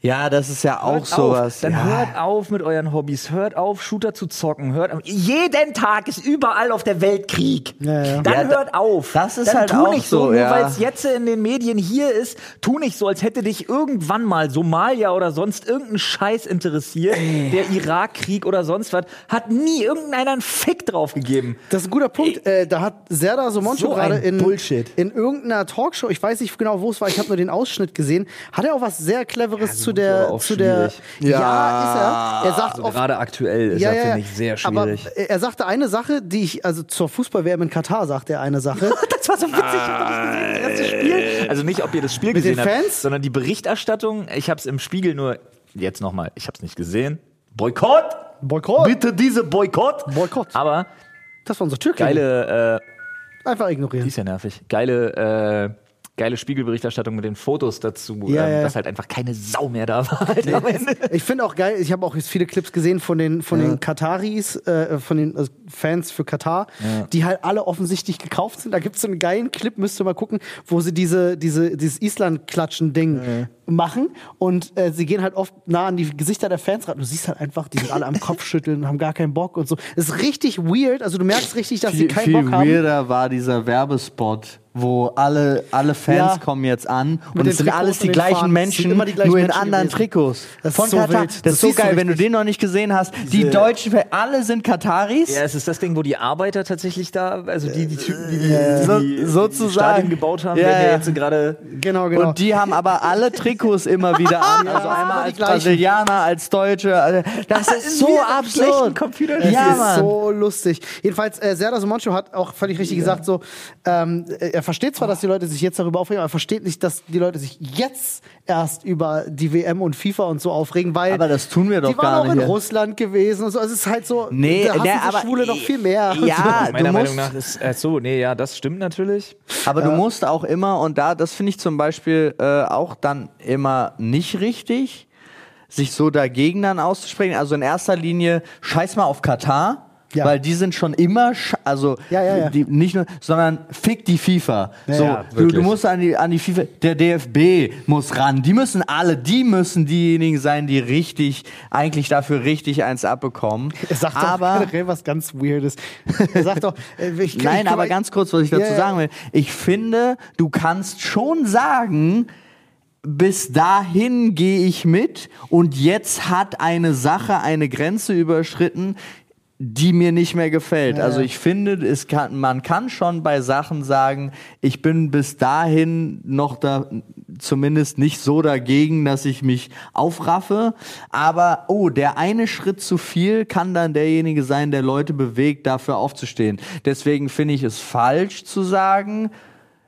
Ja, das ist ja auch Hört Auf, sowas. dann ja. hört auf mit euren Hobbys, hört auf, Shooter zu zocken, hört auf. Jeden Tag ist überall auf der Welt Krieg. Ja, ja. Dann Ja, da- hört auf. das ist dann halt tu auch nicht so, nur ja. weil es jetzt in den Medien hier ist, tu nicht so, als hätte dich irgendwann mal Somalia oder sonst irgendein Scheiß interessiert. Der Irakkrieg oder sonst was hat nie irgendeiner einen Fick drauf gegeben. Das ist ein guter Punkt. Äh, da hat Serdar Somoncho So ein gerade in, Bullshit. in irgendeiner Talkshow, ich weiß nicht genau, wo es war, ich habe nur den Ausschnitt gesehen, hat er auch was sehr Cleveres war zu der. auch Zu der schwierig. ja, Ja. ist er. Er sagt oft, Also Gerade aktuell ist das, finde ich, sehr schwierig. Aber äh, er sagte eine Sache, die ich, also zur Fußball-WM in Katar sagt er eine Sache. Das war so witzig, ich hab doch nicht gesehen, das ganze Spiel. Also nicht, ob ihr das Spiel Mit den gesehen habt, Fans? sondern die Berichterstattung. Ich habe es im Spiegel nur, jetzt nochmal, ich habe es nicht gesehen. Boykott! Boykott. Bitte diese Boykott! Boykott. Aber Das war unsere Türkei. geile, äh, Einfach die ignorieren. ist ja nervig, geile, äh, geile Spiegelberichterstattung mit den Fotos dazu, Ja, ähm, ja, ja. dass halt einfach keine Sau mehr da war. Halt am Ende. Ich finde auch geil, ich habe auch jetzt viele Clips gesehen von den, von den Kataris, äh, von den also Fans für Katar, die halt alle offensichtlich gekauft sind. Da gibt es so einen geilen Clip, müsst ihr mal gucken, wo sie diese, diese, dieses Island-Klatschen-Ding machen. Und äh, sie gehen halt oft nah an die Gesichter der Fans ran. Du siehst halt einfach, die sind alle am Kopfschütteln und haben gar keinen Bock und so. Das ist richtig weird. Also du merkst richtig, dass sie viel, keinen viel Bock haben. weirder war dieser Werbespot, wo alle, alle Fans Ja. kommen jetzt an den und es sind Trikots alles und die den gleichen Fahnen. Es sind Menschen, immer die gleichen nur in Menschen anderen gewesen. Trikots. Das ist Von so Katar. wild. Das, Das ist so siehst du geil, wenn du richtig. den noch nicht gesehen hast. Die Deutschen, weil alle sind Kataris. Ja, es ist das Ding, wo die Arbeiter tatsächlich da, also die, die Typen, die die, So- die, die sozusagen. Stadien gebaut haben, Ja, werden ja ja. jetzt gerade Genau, genau. Und die haben aber alle Trikots immer wieder an. Also immer einmal die als gleichen. Brasilianer, als Deutsche. Also Das ist so absurd. Computer Ja, Das ist Mann. so lustig. Jedenfalls, äh, Serdar Somoncho hat auch völlig richtig gesagt, so, ähm, äh, er versteht Oh. zwar, dass die Leute sich jetzt darüber aufregen, aber er versteht nicht, dass die Leute sich jetzt erst über die WM und FIFA und so aufregen, weil Aber das tun wir doch die waren gar auch in nicht, ja. Russland gewesen und so. Also es ist halt so, Nee, da hassen nee, die aber- Schwule noch viel mehr. Ja, du Meiner Meinung musst, nach ist, äh, so, nee, ja, das stimmt natürlich. aber Äh, du musst auch immer, und da, das finde ich zum Beispiel äh, auch dann immer nicht richtig, sich so dagegen dann auszusprechen. Also in erster Linie, scheiß mal auf Katar. Ja. Weil die sind schon immer, sch- also Ja, ja, ja. Die, nicht nur, sondern fick die FIFA. so, ja, du, du wirklich. musst an die, an die FIFA, der DFB muss ran. Die müssen alle, die müssen diejenigen sein, die richtig, eigentlich dafür richtig eins abbekommen. Er sagt aber, doch generell was ganz Weirdes. Er sagt doch, äh, ich, Nein, ich, aber ganz kurz, was ich dazu Ja, ja. sagen will. Ich finde, du kannst schon sagen, bis dahin gehe ich mit und jetzt hat eine Sache eine Grenze überschritten, die mir nicht mehr gefällt. Also ich finde, es kann, man kann schon bei Sachen sagen, ich bin bis dahin noch da zumindest nicht so dagegen, dass ich mich aufraffe. Aber oh, der eine Schritt zu viel kann dann derjenige sein, der Leute bewegt, dafür aufzustehen. Deswegen finde ich es falsch zu sagen,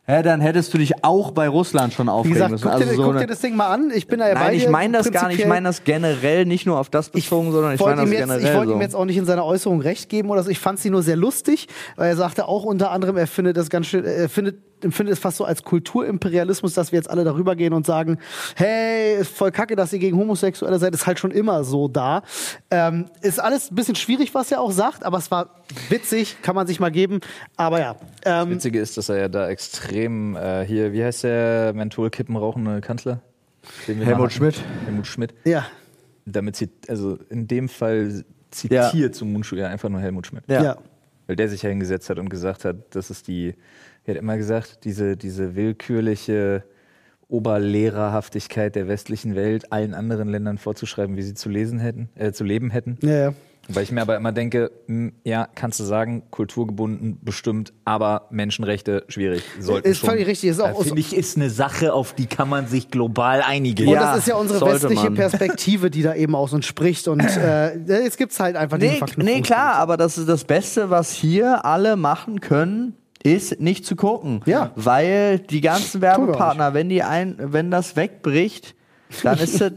ja, dann hättest du dich auch bei Russland schon Wie aufregen gesagt, müssen. guck, Also dir, so guck eine- dir das Ding mal an. Ich bin da ja bei Nein, ich dir meine das gar nicht. Ich prinzipiell. meine das generell nicht nur auf das bezogen, sondern ich wollte meine das ihm jetzt, ich generell wollte so. ihm jetzt auch nicht in seiner Äußerung recht geben oder so. Ich fand sie nur sehr lustig, weil er sagte auch unter anderem, er findet das ganz schön, er findet empfinde es fast so als Kulturimperialismus, dass wir jetzt alle darüber gehen und sagen, hey, ist voll kacke, dass ihr gegen Homosexuelle seid, ist halt schon immer so da. Ähm, ist alles ein bisschen schwierig, was er auch sagt, aber es war witzig, kann man sich mal geben. Aber ja, ähm, Witzige ist, dass er ja da extrem äh, hier, wie heißt der Mentholkippen rauchende äh, Kanzler? Den wir mal Helmut hatten. Schmidt. Helmut Schmidt. ja, Damit sie, also in dem Fall zitiert zum Mundschuh ja einfach nur Helmut Schmidt. ja. Ja. Weil der sich ja hingesetzt hat und gesagt hat, das ist die, er hat immer gesagt, diese, diese willkürliche Oberlehrerhaftigkeit der westlichen Welt, allen anderen Ländern vorzuschreiben, wie sie zu lesen hätten, äh, zu leben hätten. ja, ja. Weil ich mir aber immer denke, hm, ja, kannst du sagen, kulturgebunden bestimmt, aber Menschenrechte schwierig. Sollten Ist schon. völlig richtig, ist auch- Äh, Finde ich, ist eine Sache, auf die kann man sich global einigen. Und Ja, das ist ja unsere sollte westliche man. Perspektive, die da eben aus uns spricht. Und äh, jetzt gibt's halt einfach Nee, diese Verknüpfung. nee, klar, aber das ist das Beste, was hier alle machen können, ist nicht zu gucken. Ja. Weil die ganzen auch nicht. Werbepartner, wenn die ein, wenn das wegbricht, dann ist das,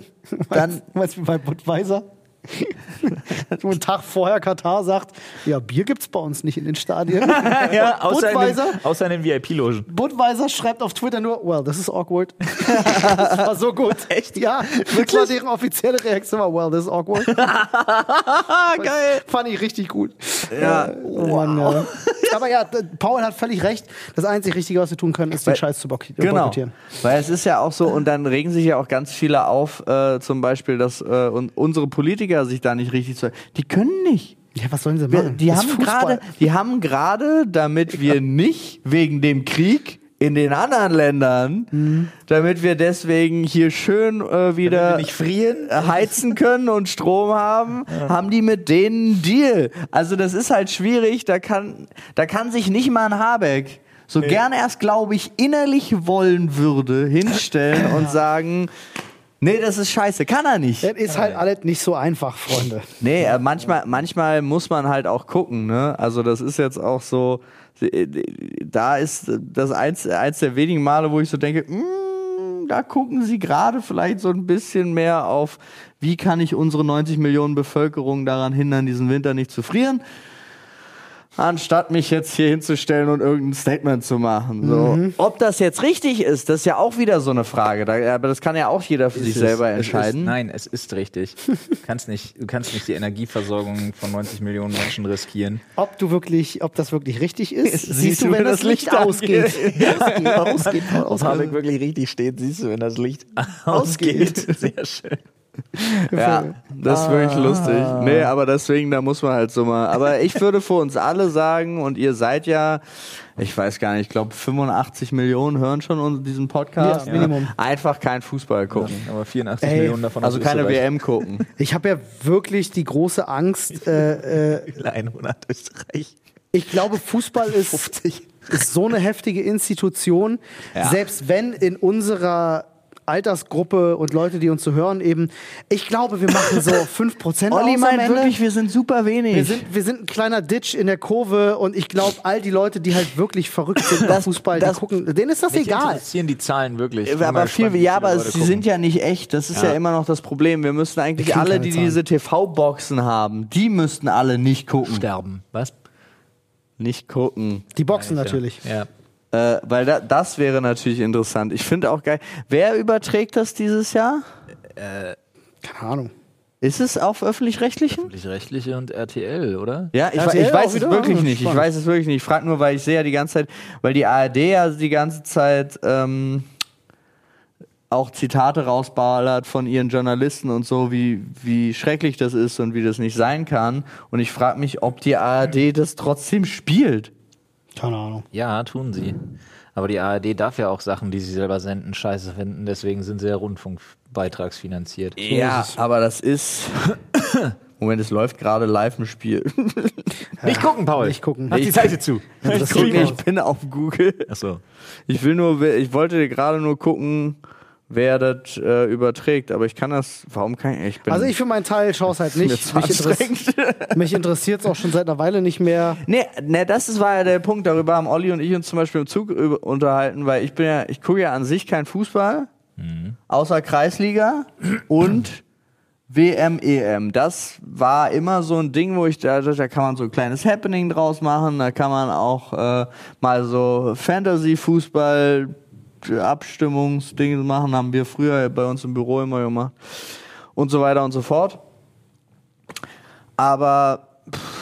dann, Weißt du, wie bei Budweiser? Einen Tag vorher Katar sagt, ja, Bier gibt's bei uns nicht in den Stadien. ja, außer in Budweiser? den, außer in den VIP-Logen. Budweiser schreibt auf Twitter nur, well, this is awkward. das war so gut. Echt? Ja, wirklich? War deren offizielle Reaktion war, well, this is awkward. Ah, Geil. Fand ich richtig gut. Ja. Äh, oh Mann, ja. Aber ja, d- Paul hat völlig recht. Das einzig Richtige, was wir tun können, ist den Weil- Scheiß zu bock- Genau. boykottieren. Weil es ist ja auch so, und dann regen sich ja auch ganz viele auf, äh, zum Beispiel, dass äh, und unsere Politiker sich da nicht richtig zu. Die können nicht. Ja, was sollen sie Wir, machen? die, Das haben ist Fußball. gerade, die haben gerade, damit wir nicht wegen dem Krieg in den anderen Ländern, damit wir deswegen hier schön äh, wieder Mhm. Damit wir nicht frieren. äh, heizen können und Strom haben, haben die mit denen einen Deal. Also das ist halt schwierig, da kann, da kann sich nicht mal ein Habeck so gerne erst, glaube ich, innerlich wollen würde, hinstellen und sagen, nee, das ist scheiße, kann er nicht. Das ist halt alles nicht so einfach, Freunde. Nee, äh, manchmal, manchmal muss man halt auch gucken, ne? Also das ist jetzt auch so, äh, da ist das eins, eins der wenigen Male, wo ich so denke, "Mm, da gucken sie gerade vielleicht so ein bisschen mehr auf, wie kann ich unsere 90 Millionen Bevölkerung daran hindern, diesen Winter nicht zu frieren, anstatt mich jetzt hier hinzustellen und irgendein Statement zu machen. So. Mhm. Ob das jetzt richtig ist, das ist ja auch wieder so eine Frage. Da, aber das kann ja auch jeder für sich selber entscheiden. Es ist, nein, es ist richtig. Du kannst, nicht, du kannst nicht die Energieversorgung von 90 Millionen Menschen riskieren. Ob du wirklich, ob das wirklich richtig ist, siehst, siehst du, wenn, das Licht, ausgeht. ausgeht, ausgeht, Ob ausgeht. Habeck wirklich richtig steht, siehst du, wenn das Licht ausgeht. Sehr schön. Ja, das ist wirklich lustig. Ah. Nee, aber deswegen, da muss man halt so mal. Aber ich würde für uns alle sagen, und ihr seid ja, ich weiß gar nicht, ich glaube 85 Millionen hören schon uns- diesen Podcast. Ja, Minimum. Einfach kein Fußball gucken. Aber 84 Ey, Millionen davon Also aus keine Österreich. WM gucken. Ich habe ja wirklich die große Angst. Äh, äh, Viele Einwohner in Österreich. ich glaube, Fußball ist, ist so eine heftige Institution. Selbst wenn in unserer Altersgruppe und Leute, die uns zu hören, eben, ich glaube, wir machen so 5% Olli aus am meint Ende. wirklich, wir sind super wenig. Wir sind, wir sind ein kleiner Ditch in der Kurve und ich glaube, all die Leute, die halt wirklich verrückt sind nach Fußball, die das- gucken, denen ist das Mich egal. interessieren die Zahlen wirklich. Ich bin mal aber viel, gespannt, wie ja, viele aber Leute sie gucken. sind ja nicht echt. Das ist ja, immer noch das Problem. Wir müssen Wir eigentlich kriegen alle, keine die Zahlen. diese TV-Boxen haben, die müssten alle nicht gucken. sterben. Was? Nicht gucken. Die boxen natürlich. Ja. Äh, weil da, das wäre natürlich interessant. Ich finde auch geil. Wer überträgt das dieses Jahr? Keine Ahnung. Ist es auf öffentlich-rechtlichen? Öffentlich-rechtliche und RTL, oder? Ja, ich, RTL ich weiß auch es wieder? wirklich Ah, nicht. Ich spannend. weiß es wirklich nicht. Ich frage nur, weil ich sehe ja die ganze Zeit, weil die ARD ja die ganze Zeit ähm, auch Zitate rausballert von ihren Journalisten und so, wie, wie schrecklich das ist und wie das nicht sein kann. Und ich frage mich, ob die ARD das trotzdem spielt. Keine Ahnung. Ja, tun sie. Aber die ARD darf ja auch Sachen, die sie selber senden, scheiße finden. Deswegen sind sie ja rundfunkbeitragsfinanziert. Ja, aber das ist. Moment, es läuft gerade live im Spiel. Nicht gucken, Paul. Nicht gucken. Mach die Seite zu. Ich, guck nicht, ich bin auf Google. Achso. Ich will nur, ich wollte gerade nur gucken, wer das äh, überträgt, aber ich kann das. Warum kann ich? ich bin Also ich für meinen Teil schaue es halt mir nicht. zu Mich, interess anstrengend. mich interessiert es auch schon seit einer Weile nicht mehr. Nee, nee, das ist, war ja der Punkt. Darüber haben Olli und ich uns zum Beispiel im Zug über- unterhalten, weil ich bin ja, ich gucke ja an sich keinen Fußball, außer Kreisliga und WM, EM, das war immer so ein Ding, wo ich da, da kann man so ein kleines Happening draus machen, da kann man auch äh, mal so Fantasy-Fußball, Abstimmungsdinge machen, haben wir früher bei uns im Büro immer gemacht und so weiter und so fort. Aber pff,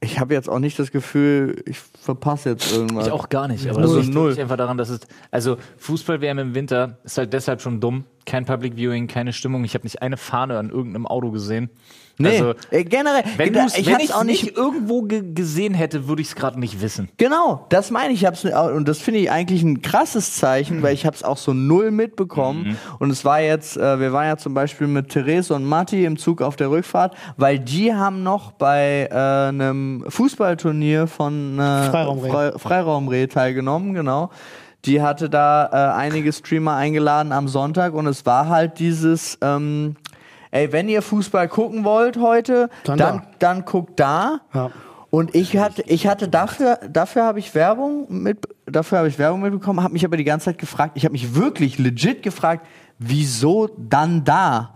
ich habe jetzt auch nicht das Gefühl, ich verpasse jetzt irgendwas. Ich auch gar nicht, aber Also das liegt null. wirklich einfach daran, dass es also Fußball-WM im Winter ist halt deshalb schon dumm. Kein Public Viewing, keine Stimmung. Ich habe nicht eine Fahne an irgendeinem Auto gesehen. Nee, Also, äh, generell, wenn da- du's- ich wenn hab's ich auch es nicht, nicht irgendwo ge gesehen hätte, würde ich es gerade nicht wissen. Genau, das meine ich. ich hab's, und das finde ich eigentlich ein krasses Zeichen, weil ich habe es auch so null mitbekommen. Und es war jetzt, äh, wir waren ja zum Beispiel mit Therese und Matti im Zug auf der Rückfahrt, weil die haben noch bei äh, einem Fußballturnier von äh, Freiraumreh. Fre Freiraumreh teilgenommen, genau. Die hatte da äh, einige Streamer eingeladen am Sonntag und es war halt dieses, ähm, ey, wenn ihr Fußball gucken wollt heute, Dann dann, dann, da. guckt da. Ja. Und ich hatte, ich hatte dafür, dafür habe ich Werbung mit, dafür habe ich Werbung mitbekommen, habe mich aber die ganze Zeit gefragt, ich habe mich wirklich legit gefragt, wieso dann da?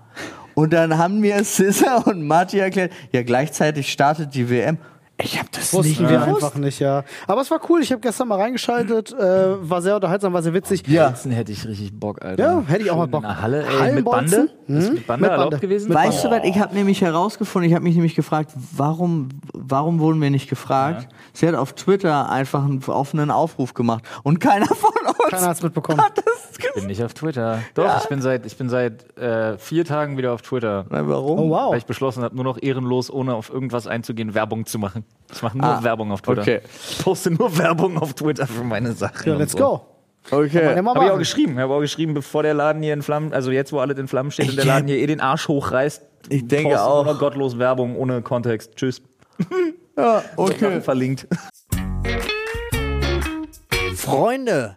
Und dann haben mir Sissa und Matti erklärt, ja gleichzeitig startet die WM. Ich habe das nicht Wussten wir gewusst. einfach nicht, ja. Aber es war cool. Ich habe gestern mal reingeschaltet. Äh, war sehr unterhaltsam, war sehr witzig. Ja. Ansonsten hätte ich richtig Bock, Alter. Ja, hätte ich auch mal Schön in Bock. einer Halle, ey, mit Hallenbolzen? Bande? Ist mit Bande Mit erlaubt Bande. gewesen? Hm? Weißt du was, ich habe nämlich herausgefunden, ich habe mich nämlich gefragt, warum, warum wurden wir nicht gefragt? Sie hat auf Twitter einfach einen offenen Aufruf gemacht und keiner von uns Keiner hat's mitbekommen. hat das Ich gesehen. bin nicht auf Twitter. Doch, ich bin seit, ich bin seit äh, vier Tagen wieder auf Twitter. Warum? Oh, wow. Weil ich beschlossen habe, nur noch ehrenlos, ohne auf irgendwas einzugehen, Werbung zu machen. Ich mache nur Ah, Werbung auf Twitter. okay. Ich poste nur Werbung auf Twitter für meine Sachen. Ja, und let's so. go. Okay. Ja, mal Habe ich auch machen. geschrieben. Habe auch geschrieben, bevor der Laden hier in Flammen, also jetzt, wo alles in Flammen steht Ich und der kenn- Laden hier eh den Arsch hochreißt. Ich denke poste auch. Nur noch gottlos Werbung ohne Kontext. Tschüss. Ja, okay. Verlinkt. Freunde,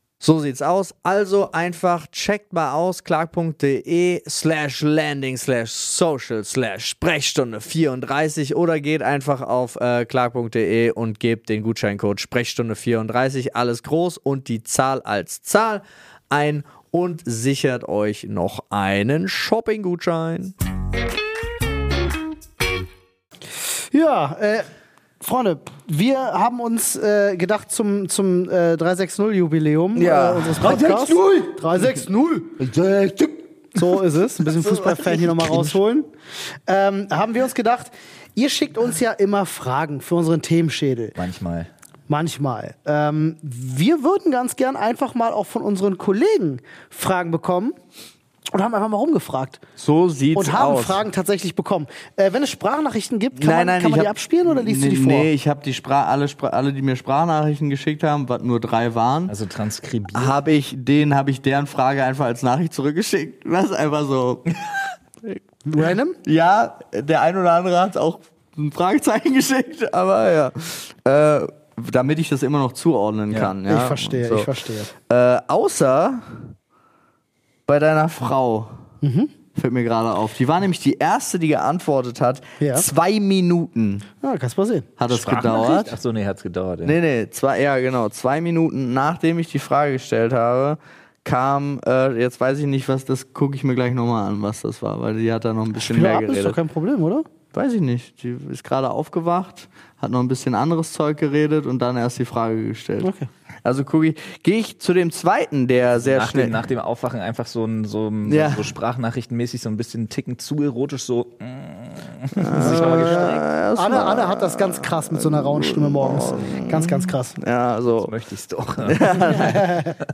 So sieht's aus. Also einfach checkt mal aus clark.de slash landing slash social slash Sprechstunde 34 oder geht einfach auf äh, clark.de und gebt den Gutscheincode Sprechstunde 34 alles groß und die Zahl als Zahl ein und sichert euch noch einen Shopping-Gutschein. Ja, äh, Freunde, wir haben uns äh, gedacht zum, zum äh, 360-Jubiläum Ja. äh, unseres Podcasts. 360! 360! So ist es. Ein bisschen Fußballfan hier nochmal rausholen. Ähm, haben wir uns gedacht, ihr schickt uns ja immer Fragen für unseren Themenschädel. Manchmal. Manchmal. Ähm, wir würden ganz gern einfach mal auch von unseren Kollegen Fragen bekommen und haben einfach mal rumgefragt So sieht's und haben Fragen tatsächlich bekommen. Äh, wenn es Sprachnachrichten gibt, kann man, kann man ich die hab- abspielen oder liest du die nee, vor? Nee, ich habe die Spra alle, Spra alle, die mir Sprachnachrichten geschickt haben, was nur drei waren. Also transkribiert. habe ich den habe ich deren Frage einfach als Nachricht zurückgeschickt. Das ist einfach so. Random? ja, der ein oder andere hat auch ein Fragezeichen geschickt, aber ja, äh, damit ich das immer noch zuordnen kann. Ja, ich verstehe, und so. ich verstehe. Mhm. Äh, außer bei deiner Frau. fällt mir gerade auf. Die war nämlich die erste, die geantwortet hat. Ja. Zwei Minuten Ja, kannst mal sehen. hat es gedauert. Ach so, nee, hat's gedauert. Ja. Nee, nee, zwei, ja genau, zwei Minuten nachdem ich die Frage gestellt habe, kam, äh, jetzt weiß ich nicht, was das, gucke ich mir gleich nochmal an, was das war, weil die hat da noch ein bisschen mehr Ja, ist doch geredet. kein Problem, oder? Weiß ich nicht, die ist gerade aufgewacht, hat noch ein bisschen anderes Zeug geredet und dann erst die Frage gestellt. Okay. Also gucke ich, gehe ich zu dem zweiten, der sehr Nach schnell... dem, nach dem Aufwachen einfach so, ein, so, ein, Ja. so sprachnachrichtenmäßig so ein bisschen Ticken zu erotisch so. Mm, sich nochmal gestreckt. Anne, Anne hat das ganz krass mit so einer rauen Stimme morgens. Ganz, ganz krass. ja, so. Möchte ich's doch.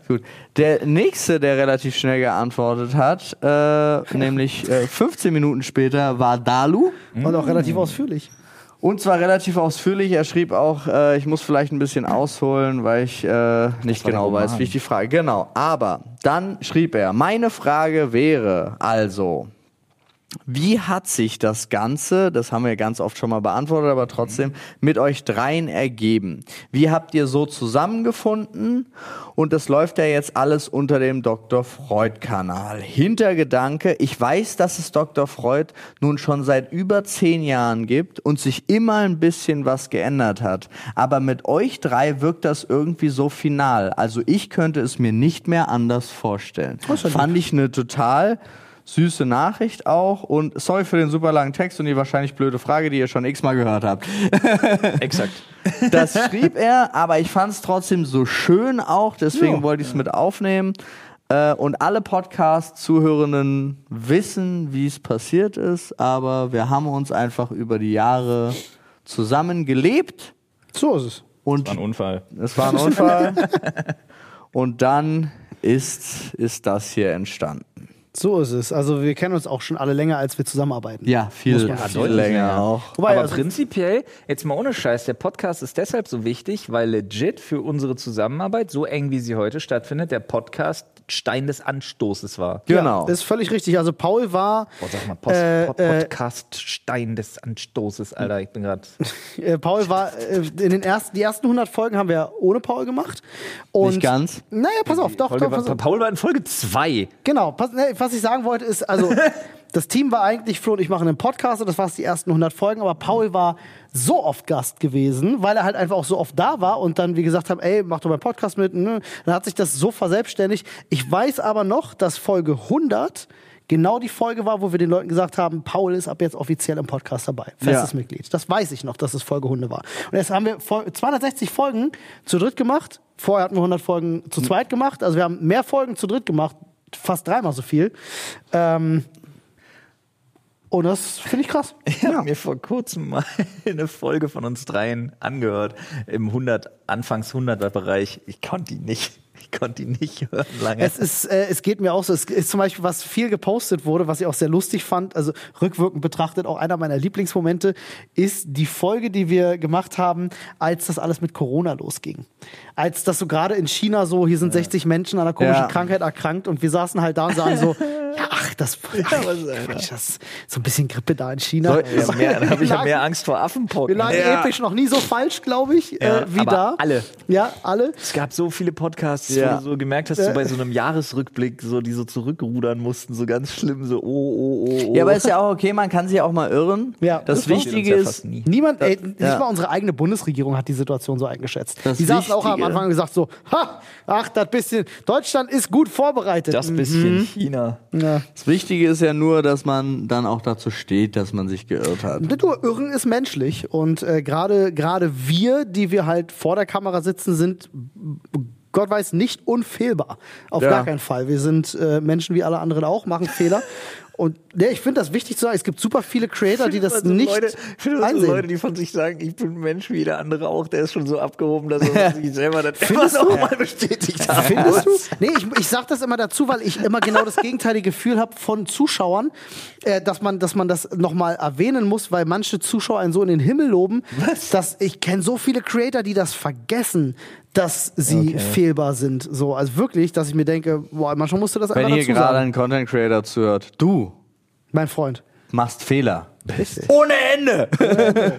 Gut. Der nächste, der relativ schnell geantwortet hat, äh, nämlich äh, 15 Minuten später, war Dalu. Und auch relativ ausführlich. Und zwar relativ ausführlich. Er schrieb auch, äh, ich muss vielleicht ein bisschen ausholen, weil ich äh, nicht war der genau weiß, Roman. wie ich die Frage. Genau. Aber dann schrieb er, meine Frage wäre also. Wie hat sich das Ganze, das haben wir ganz oft schon mal beantwortet, aber trotzdem, mit euch dreien ergeben? Wie habt ihr so zusammengefunden? Und das läuft ja jetzt alles unter dem Dr. Freud-Kanal. Hintergedanke, ich weiß, dass es Dr. Freud nun schon seit über zehn Jahren gibt und sich immer ein bisschen was geändert hat. Aber mit euch drei wirkt das irgendwie so final. Also ich könnte es mir nicht mehr anders vorstellen. Fand ich eine total süße Nachricht auch und sorry für den super langen Text und die wahrscheinlich blöde Frage, die ihr schon x-mal gehört habt. Exakt. Das schrieb er, aber ich fand es trotzdem so schön auch, deswegen wollte ich es mit aufnehmen. Äh, und alle Podcast-Zuhörenden wissen, wie es passiert ist, aber wir haben uns einfach über die Jahre zusammen gelebt So ist es. und War ein Unfall. es war ein Unfall. und dann ist, ist das hier entstanden. So ist es. Also wir kennen uns auch schon alle länger, als wir zusammenarbeiten. Ja, viel, Ja, viel deutlich länger länger. auch. Wobei, Aber also- prinzipiell, jetzt mal ohne Scheiß, der Podcast ist deshalb so wichtig, weil legit für unsere Zusammenarbeit, so eng wie sie heute stattfindet, der Podcast Stein des Anstoßes war. Genau. Ist völlig richtig. Also Paul war, Boah, sag mal, Post, Äh, Pod- äh, Podcast Stein des Anstoßes, Alter. Ich bin gerade. äh, Paul war äh, in den ersten, die ersten 100 Folgen haben wir ohne Paul gemacht. Und Nicht ganz. Naja, pass auf, doch, doch, pass auf. Paul war in Folge 2. Genau, pass, ne, was ich sagen wollte ist, also das Team war eigentlich, Flo und ich machen einen Podcast und das waren die ersten 100 Folgen, aber Paul war so oft Gast gewesen, weil er halt einfach auch so oft da war und dann, wie gesagt, haben, ey, mach doch meinen Podcast mit, ne? dann hat sich das so verselbstständigt. Ich weiß aber noch, dass Folge 100 genau die Folge war, wo wir den Leuten gesagt haben, Paul ist ab jetzt offiziell im Podcast dabei, festes Ja. Mitglied. Das weiß ich noch, dass es Folge 100 war. Und jetzt haben wir Fol- 260 Folgen zu dritt gemacht, vorher hatten wir 100 Folgen zu zweit gemacht, also wir haben mehr Folgen zu dritt gemacht, fast dreimal so viel. Ähm, und das finde ich krass. Ich habe mir vor kurzem mal eine Folge von uns dreien angehört im 100 Anfangs 100er Bereich. Ich konnte die nicht, ich konnte die nicht hören lange. Es, ist, äh, es geht mir auch so. Es ist zum Beispiel, was viel gepostet wurde, was ich auch sehr lustig fand, also rückwirkend betrachtet, auch einer meiner Lieblingsmomente, ist die Folge, die wir gemacht haben, als das alles mit Corona losging. Als das so gerade in China so, hier sind 60 Menschen an einer komischen Ja. Krankheit erkrankt und wir saßen halt da und sagen so, ja, ach, das, ach, Quatsch, das so ein bisschen Grippe da in China. Soll- ja, mehr, da habe ich ja Wir mehr lagen- Angst vor Affenpocken. Wir lagen episch noch nie so falsch, glaube ich, Ja, äh, wie aber da. alle. Ja, alle. Es gab so viele Podcasts, Ja. wo du so gemerkt hast, so bei so einem Jahresrückblick, so, die so zurückrudern mussten, so ganz schlimm, so oh, oh, oh, oh. Ja, aber ist ja auch okay, man kann sich ja auch mal irren. Ja, das, das Wichtige Ja ist, fast nie. Niemand, ey, nicht ja. mal unsere eigene Bundesregierung hat die Situation so eingeschätzt. Das die saßen auch am Wichtige. Anfang und gesagt so, ha, ach, das bisschen, Deutschland ist gut vorbereitet. Mhm. das bisschen China. ja. das Wichtige ist ja nur, dass man dann auch dazu steht, dass man sich geirrt hat. Du, Irren ist menschlich und äh, gerade gerade wir, die wir halt vor der Kamera sitzen, sind Gott weiß nicht unfehlbar. Auf Ja. gar keinen Fall. Wir sind äh, Menschen wie alle anderen auch, machen Fehler. Und ja, ich finde das wichtig zu sagen. Es gibt super viele Creator, die das Also nicht Leute, für einsehen. Leute, die von sich sagen, ich bin ein Mensch wie der andere auch, der ist schon so abgehoben, dass er sich selber das immer Findest du? noch mal bestätigt hat. Findest du? Nee, ich, ich sag das immer dazu, weil ich immer genau das gegenteilige Gefühl habe von Zuschauern, äh, dass, man, dass man das nochmal erwähnen muss, weil manche Zuschauer einen so in den Himmel loben. Was? Dass ich kenne so viele Creator, die das vergessen, dass sie fehlbar sind. So, also wirklich, dass ich mir denke, boah, manchmal musst du das Wenn einfach ihr dazu gerade sagen. einen Content Creator zuhört, du Mein Freund. machst Fehler. Ohne Ende!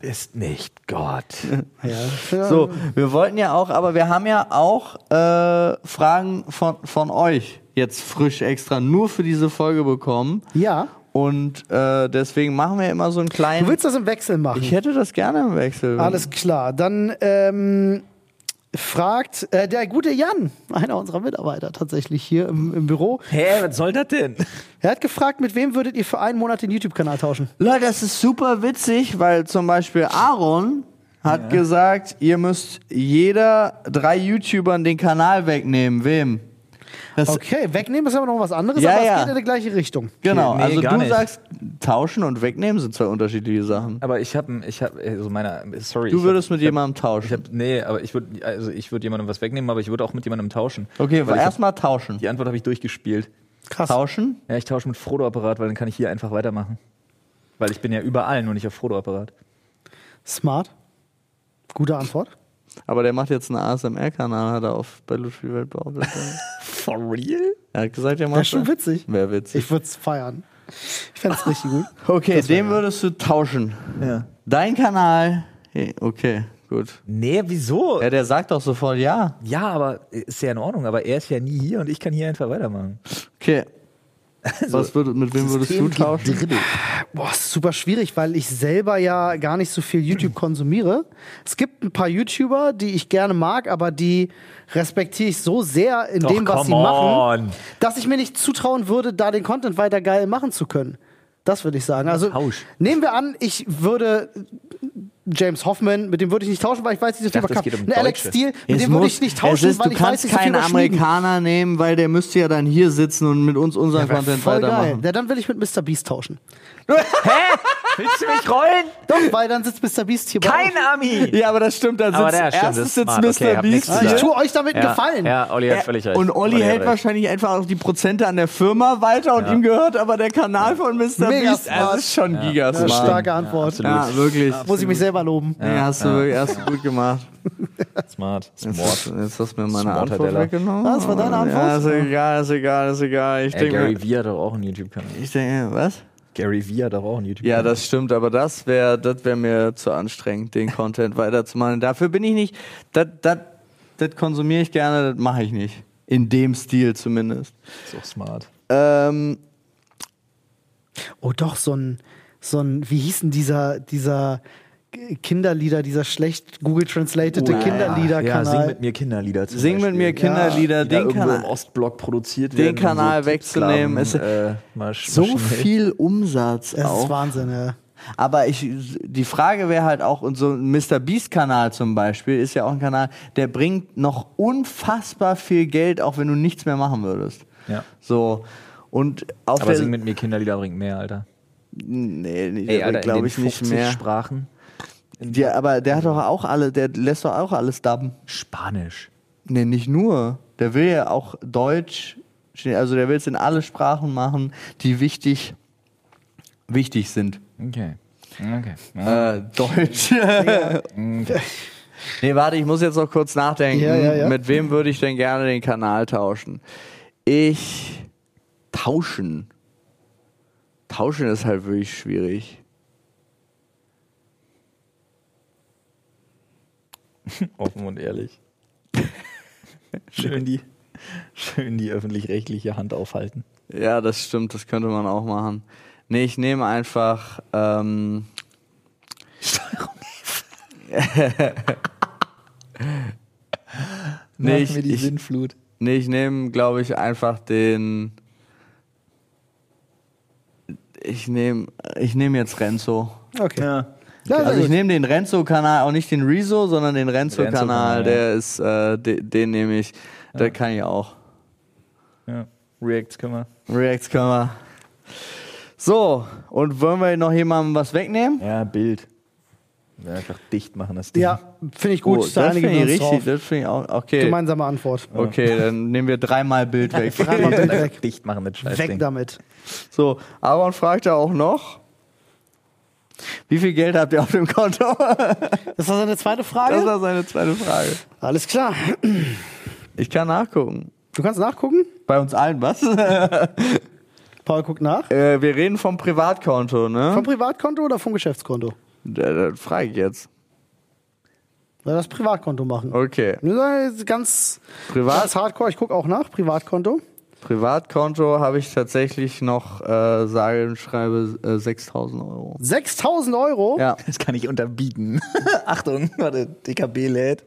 Ist nicht Gott. Ja. So, wir wollten ja auch, aber wir haben ja auch äh, Fragen von, von euch jetzt frisch extra nur für diese Folge bekommen. Ja. Und äh, deswegen machen wir immer so einen kleinen. Du willst das im Wechsel machen. ich hätte das gerne im Wechsel. Alles klar. Dann ähm, fragt äh, der gute Jan, einer unserer Mitarbeiter tatsächlich hier im, im Büro. Hä, was soll das denn? Er hat gefragt, mit wem würdet ihr für einen Monat den YouTube-Kanal tauschen? Leute, das ist super witzig, weil zum Beispiel Aaron hat gesagt, ihr müsst jeder drei YouTubern den Kanal wegnehmen. Wem? Das, Okay, wegnehmen ist aber noch was anderes, Ja, aber ja. es geht in die gleiche Richtung. Genau, Nee, also gar du nicht. sagst, tauschen und wegnehmen sind zwei unterschiedliche Sachen. Aber ich habe, ich habe, also meiner, sorry. Du ich würdest hab, mit ich hab- jemandem Ich tauschen. hab, nee, aber ich würde, also ich würde jemandem was wegnehmen, aber ich würde auch mit jemandem tauschen. Okay, weil ich hab, erstmal tauschen. die Antwort habe ich durchgespielt. Krass. Tauschen? Ja, ich tausche mit Frodo-Apparat, weil dann kann ich hier einfach weitermachen. Weil ich bin ja überall, nur nicht auf Frodo-Apparat. Smart. Gute Antwort. Aber der macht jetzt einen ASMR-Kanal, hat er auf Battlefield Welt behauptet. For real? Er hat gesagt, er macht Das ist schon witzig. Wäre witzig. Ich würde es feiern. Ich fände es richtig gut. Okay, den würdest du tauschen. Ja. Dein Kanal. Hey, Okay, gut. Nee, wieso? Ja, der sagt doch sofort ja. Ja, aber äh, ist ja in Ordnung, aber er ist ja nie hier und ich kann hier einfach weitermachen. Okay. Was würd, mit wem würdest du tauschen? Boah, ist super schwierig, weil ich selber ja gar nicht so viel YouTube konsumiere. Es gibt ein paar YouTuber, die ich gerne mag, aber die respektiere ich so sehr in Doch, dem, was sie come machen, on. dass ich mir nicht zutrauen würde, da den Content weiter geil machen zu können. Das würde ich sagen. Also Tausch. nehmen wir an, ich würde James Hoffman, mit dem würde ich nicht tauschen, weil ich weiß nicht, so dachte, viel es geht um Ne, Alex Deutsche. Steele, mit Es dem würde muss- ich nicht es tauschen, ist, weil du ich weiß kannst nicht, so viel keinen über Schmieden. Amerikaner nehmen, weil der müsste ja dann hier sitzen und mit uns unseren Content Voll geil. weitermachen. Ja, dann will ich mit Mr. Beast tauschen. Willst du mich rollen? Doch, weil dann sitzt Mr. Beast hier bei uns. Ami! Ja, aber das stimmt. Dann Aber sitzt, der stimmt, erstens ist sitzt smart. Okay, Mr. hab Beast. nichts zu hier. Ah, Ich tue euch damit einen Gefallen. Äh, Ja, Olli hat völlig recht. Und Olli hat hält recht. wahrscheinlich einfach auch die Prozente an der Firma weiter und ihm gehört aber der Kanal von Mr. Mega Beast. smart. Das ist schon Das gigasmart. ist eine starke Antwort. Ja, wirklich. Muss ich mich selber loben. Ja, hast du wirklich- hast du gut gemacht. Smart. Jetzt, jetzt hast du mir meine Smart, Herr Antwort Deller. weggenommen. Ah, das war deine Antwort? Ja, ist egal, ist egal, ist egal. Ich Ey, denke, Äh, Gary Vee hat doch auch einen YouTube-Kanal. ich denke, was? Gary Vee hat doch auch einen Ja, YouTube-Kanal. das stimmt, aber das wäre das wär mir zu anstrengend, den Content weiterzumachen. Dafür bin ich nicht, das, das, das konsumiere ich gerne, das mache ich nicht. In dem Stil zumindest. ist auch smart. Ähm, Oh doch, so ein, so ein, wie hieß denn dieser, dieser Kinderlieder, dieser schlecht Google translated Oh, ja. Ja, sing Kinderlieder-Kanal? mit mir Kinderlieder. zum Sing mit Beispiel. mir Kinderlieder, die da den irgendwo im Kanal. Ostblock produziert Den werden. Kanal und so wegzunehmen, ist- Äh, mal sch- mal so schnell. viel Umsatz das ist auch. Wahnsinn, ja. Aber ich, die Frage wäre halt auch, und so ein Mr. Beast-Kanal zum Beispiel ist ja auch ein Kanal, der bringt noch unfassbar viel Geld, auch wenn du nichts mehr machen würdest. Ja. So. Und auf Aber der. sing mit mir Kinderlieder bringt mehr, Alter. nee, nee, Ey, Alter, glaube ich nicht mehr. Sprachen. Die, aber der hat doch auch alle, der lässt doch auch alles dubben. Spanisch. Nee, nicht nur. Der will ja auch Deutsch, Chine- also der will es in alle Sprachen machen, die wichtig, wichtig sind. Okay. Okay. Äh, Deutsch. nee, warte, ich muss jetzt noch kurz nachdenken. Ja, ja, ja. Mit wem würde ich denn gerne den Kanal tauschen? Ich tauschen. Tauschen ist halt wirklich schwierig. Offen und ehrlich. schön die, schön die öffentlich-rechtliche Hand aufhalten. Ja, das stimmt, das könnte man auch machen. Nee, ich nehme einfach. Ähm, nee, ich, ich, Sinnflut. nee, ich nehme, glaube ich, einfach den. Ich nehme ich nehm jetzt Renzo. Okay. Ja. Ja, sehr Also ich gut. nehme den Renzo-Kanal, auch nicht den Rezo, sondern den Renzo-Kanal, Renzo-Kanal. ja. der ist, äh, de, den nehme ich. Der kann ich auch. ja. Reacts können wir. Reacts können wir. So, und wollen wir noch jemandem was wegnehmen? Ja, Bild. Ja, einfach dicht machen das Ding. ja, finde ich gut. Oh, das finde einigen ich wir uns richtig, drauf. das finde ich auch. Okay, Gemeinsame Antwort. okay dann nehmen wir dreimal Bild weg. Dreimal Bild weg. Dicht machen das Scheißding. Weg damit. So, Aaron fragt ja auch noch, wie viel Geld habt ihr auf dem Konto? Das war seine zweite Das Frage. war seine zweite Frage. Alles klar. Ich kann nachgucken. Du kannst nachgucken. Bei uns allen, was? Paul guckt nach. Äh, wir reden vom Privatkonto, ne? Vom Privatkonto oder vom Geschäftskonto? Da- da frage Äh, ich jetzt. Soll das Privatkonto machen? Okay. Das ist ganz, Privat- ganz hardcore. Ich gucke auch nach. Privatkonto. Privatkonto habe ich tatsächlich noch, äh, sage und schreibe, äh, 6000 Euro. 6000 Euro? Ja. Das kann ich unterbieten. Achtung, warte, DKB lädt.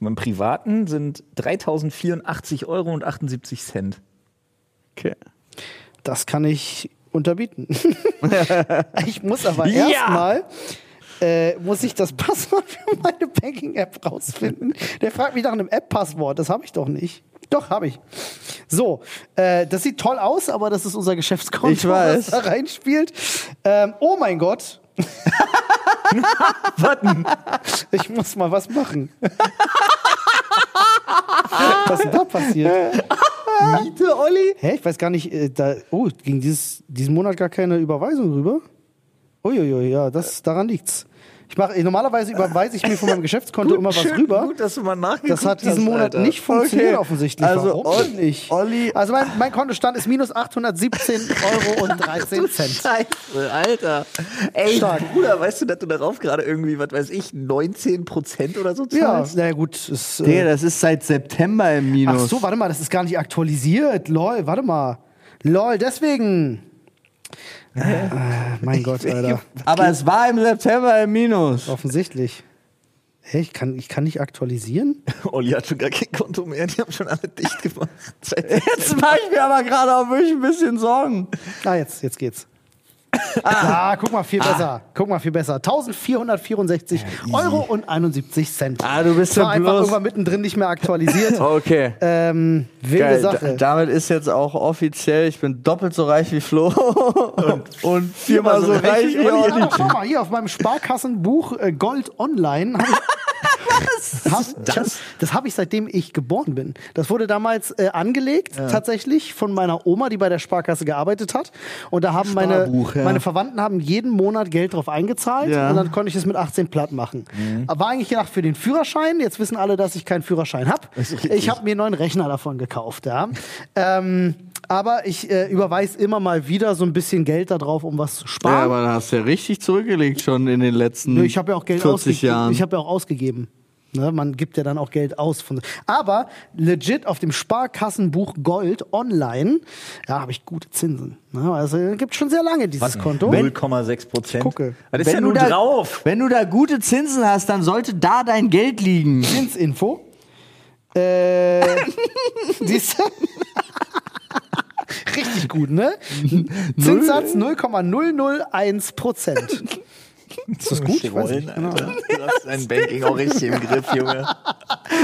Im Privaten sind 3084 Euro und 78 Cent. Okay. Das kann ich unterbieten. ich muss aber erstmal. Äh, muss ich das Passwort für meine Banking-App rausfinden? Der fragt mich nach einem App-Passwort. Das habe ich doch nicht. Doch, habe ich. So, äh, das sieht toll aus, aber das ist unser Geschäftskonto, Ich weiß. das da reinspielt. Ähm, oh mein Gott. Ich muss mal was machen. was ist denn da passiert? Miete, Olli? Hä, ich weiß gar nicht, äh, da, oh, ging dieses, diesen Monat gar keine Überweisung rüber? Uiuiui, ja, das, daran liegt's. Ich mach, äh, normalerweise überweise ich mir von meinem Geschäftskonto immer was rüber. dass du mal nachgeguckt Das hat diesen Monat nicht funktioniert Okay. offensichtlich. Also, Warum Olli- denn nicht? Olli- also mein, mein Kontostand ist minus 817 Euro und 13 Cent. Scheiße, Alter. Ey, Stark. Bruder, weißt du, dass du darauf gerade irgendwie, was weiß ich, 19 Prozent oder so Ja, zahlst? na ja, gut. Ist, äh, Digga, das ist seit September im Ach Minus. so, warte mal, das ist gar nicht aktualisiert. Lol, warte mal. Lol, deswegen. äh, mein Gott, Alter. Aber es war im September im Minus. Oh. Offensichtlich. Hä, ich kann, ich kann nicht aktualisieren? Olli hat schon gar kein Konto mehr, die haben schon alle dicht gemacht. Jetzt mache ich mir aber gerade auch wirklich ein bisschen Sorgen. Ah, jetzt, jetzt geht's. Ah, guck mal, viel besser. Guck mal, viel besser. 1464 Euro und 71 Cent. Ah, du bist Das war ja einfach bloß- irgendwann mittendrin nicht mehr aktualisiert. Okay. ähm, wilde Geil, da, Sache. damit ist jetzt auch offiziell, ich bin doppelt so reich wie Flo und, und viermal so reich wie Ja, Olli. aber schau mal, hier auf meinem Sparkassenbuch äh, Gold Online habe ich. Hab, das das habe ich seitdem ich geboren bin. Das wurde damals äh, angelegt, tatsächlich, von meiner Oma, die bei der Sparkasse gearbeitet hat. Und da haben meine, Sparbuch, ja. meine Verwandten haben jeden Monat Geld drauf eingezahlt Ja. Mhm. und dann konnte ich es mit 18 platt machen. Aber War eigentlich gedacht für den Führerschein. Jetzt wissen alle, dass ich keinen Führerschein habe. Ich habe mir einen neuen Rechner davon gekauft. Ja. ähm, aber ich äh, überweise immer mal wieder so ein bisschen Geld da drauf, um was zu sparen. Ja, aber da hast du ja richtig zurückgelegt schon in den letzten Nö, ich habe ja auch Geld 40 ausgegeben. Jahren. Ich habe ja auch ausgegeben. Ne, man gibt ja dann auch Geld aus. Von, aber legit auf dem Sparkassenbuch Gold online, ja, habe ich gute Zinsen. Ne, also gibt schon sehr lange dieses Konto. 0,6 Prozent. Gucke. Das ist ja nur da, drauf. wenn du da gute Zinsen hast, dann sollte da dein Geld liegen. Zinsinfo. Äh, siehst du? Richtig gut, ne? Zinssatz 0,001 Prozent. Ist das gut? Ich weiß nicht. Genau. Alter. Du hast dein Banking auch richtig im Griff, Junge.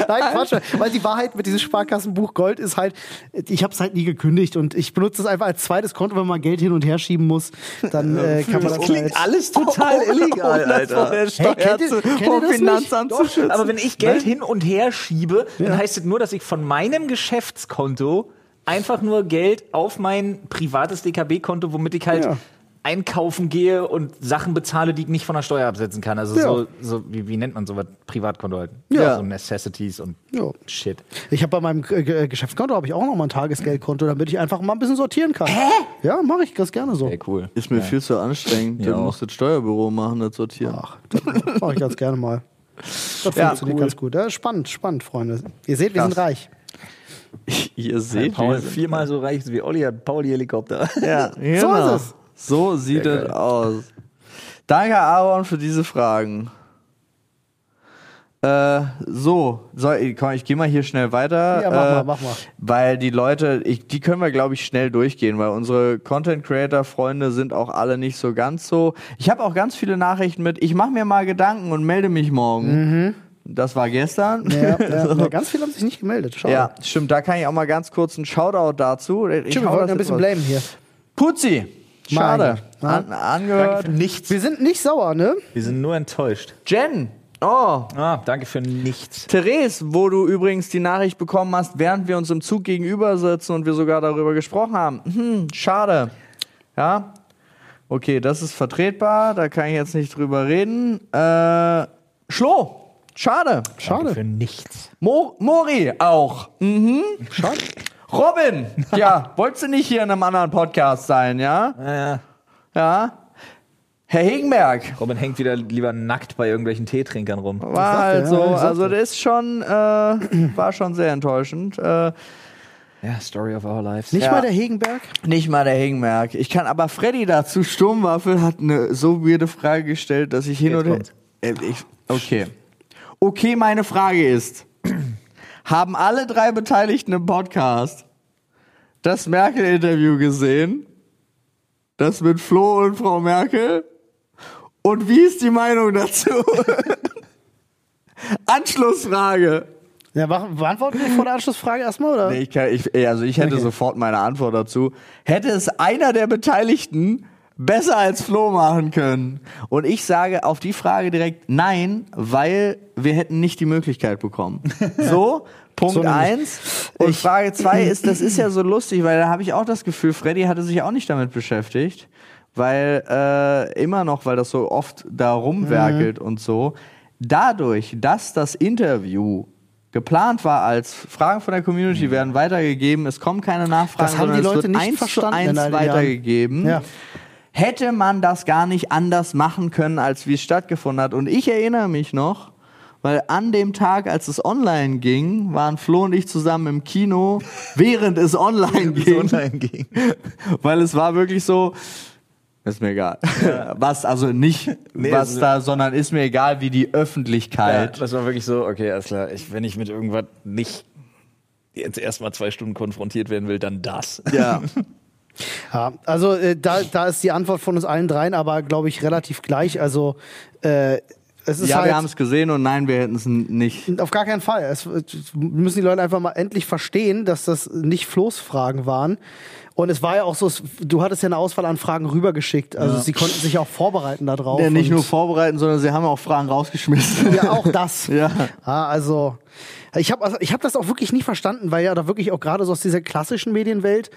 Nein, Quatsch. Weil die Wahrheit mit diesem Sparkassenbuch Gold ist halt, ich habe es halt nie gekündigt und ich benutze es einfach als zweites Konto, wenn man Geld hin und her schieben muss. Dann äh, kann man das halt- alles total illegal, Alter. Hey, kennt ihr- Steuer- kennt ihr vom das nicht? Finanzamt zu schützen. Aber wenn ich Geld Ne? hin und her schiebe, dann heißt es nur, dass ich von meinem Geschäftskonto einfach nur Geld auf mein privates DKB-Konto, womit ich halt Ja. einkaufen gehe und Sachen bezahle, die ich nicht von der Steuer absetzen kann. Also Ja. so, so wie, wie nennt man sowas? Privatkonto halt. Ja. So Necessities und Ja. Shit. Ich habe bei meinem äh, Ge- äh, Geschäftskonto habe ich auch noch mal ein Tagesgeldkonto, damit ich einfach mal ein bisschen sortieren kann. Hä? Ja, mache ich das gerne so. Sehr cool. Ist mir viel zu anstrengend. Ja. Dann muss das Steuerbüro machen, das sortieren. Ach, das mache ich ganz gerne mal. Das Ja, funktioniert cool. ganz gut. Ja, spannend, spannend, Freunde. Ihr seht, wir Krass. sind reich. Ihr Hey, seht, Paul wir sind- viermal so reich wie Olli hat Pauli Helikopter. Ja, genau. ist es. So sieht Sehr es geil. aus. Danke, Aaron, für diese Fragen. Äh, so, so ich- komm, ich gehe mal hier schnell weiter. Ja, mach äh, mal, mach mal. Weil die Leute, ich, die können wir, glaube ich, schnell durchgehen, weil unsere Content-Creator-Freunde sind auch alle nicht so ganz so. Ich habe auch ganz viele Nachrichten mit, ich mache mir mal Gedanken und melde mich morgen. Das war gestern. Mhm. Ja, ja, ja, ganz viele haben sich nicht gemeldet. Schade. Ja, stimmt. Da kann ich auch mal ganz kurz einen Shoutout dazu. Ich Stimmt, wir hau wollten das ein bisschen jetzt mal- blamen hier. Putzi. Schade. Mein Gott. An, angehört. Nichts. Wir sind nicht sauer, ne? Wir sind nur enttäuscht. Jen. Oh. Ah, danke für nichts. Therese, wo du übrigens die Nachricht bekommen hast, während wir uns im Zug gegenüber sitzen und wir sogar darüber gesprochen haben. Hm, schade. Ja. Okay, das ist vertretbar. Da kann ich jetzt nicht drüber reden. Äh, Schlo. Schade. Schade. Für nichts. Mo Mori auch. Mhm. Schade. Robin. Ja, wolltest du nicht hier in einem anderen Podcast sein, ja? Naja. Ja. Herr Hegenberg, Robin hängt wieder lieber nackt bei irgendwelchen Teetrinkern rum. war sagt er, also, ja, er sagt also das ist schon, äh, war schon sehr enttäuschend. Äh, Ja, Story of Our Lives. Nicht Ja. mal der Hegenberg? Nicht mal der Hegenberg. Ich kann aber Freddy dazu. Sturmwaffel hat eine so weirde Frage gestellt, dass ich hin Jetzt und her. kommt's. Äh, ich- Okay. Okay, meine Frage ist: Haben alle drei Beteiligten im Podcast das Merkel-Interview gesehen? Das mit Flo und Frau Merkel? Und wie ist die Meinung dazu? Anschlussfrage. Ja, mach- beantworten wir vor der Anschlussfrage erstmal, oder? Nee, ich kann, ich, ey, also ich hätte sofort meine Antwort dazu. Hätte es einer der Beteiligten besser als Flo machen können? Und ich sage auf die Frage direkt nein, weil wir hätten nicht die Möglichkeit bekommen. So, Punkt So nämlich. eins. Und Frage zwei ist, das ist ja so lustig, weil da habe ich auch das Gefühl, Freddy hatte sich auch nicht damit beschäftigt, weil äh, immer noch, weil das so oft da rumwerkelt Mhm. und so. Dadurch, dass das Interview geplant war als Fragen von der Community werden weitergegeben, es kommen keine Nachfragen, Mhm. Das haben die sondern es Leute wird nicht eins verstanden in zu all eins den Jahren. weitergegeben. Ja. Hätte man das gar nicht anders machen können, als wie es stattgefunden hat. Und ich erinnere mich noch, weil an dem Tag, als es online ging, waren Flo und ich zusammen im Kino, während es online ging. Weil es war wirklich so, ist mir egal. Was, also nicht was also- da, sondern ist mir egal, wie die Ja, Öffentlichkeit. das war wirklich so, okay, alles klar. Ich, wenn ich mit irgendwas nicht jetzt erstmal zwei Stunden konfrontiert werden will, dann das. Ja. Ja, also äh, da, da ist die Antwort von uns allen dreien aber, glaube ich, relativ gleich. Also äh, es ist Ja, wir haben halt es gesehen und nein, wir hätten es n- nicht. auf gar keinen Fall. Es äh, müssen die Leute einfach mal endlich verstehen, dass das nicht Floßfragen waren. Und es war ja auch so, es, du hattest ja eine Auswahl an Fragen rübergeschickt. Also sie konnten sich auch vorbereiten darauf. Ja, nicht und- nur vorbereiten, sondern sie haben auch Fragen rausgeschmissen. ja, auch das. Ja. Ah, also, ich habe ich hab das auch wirklich nicht verstanden, weil ja da wirklich auch gerade so aus dieser klassischen Medienwelt,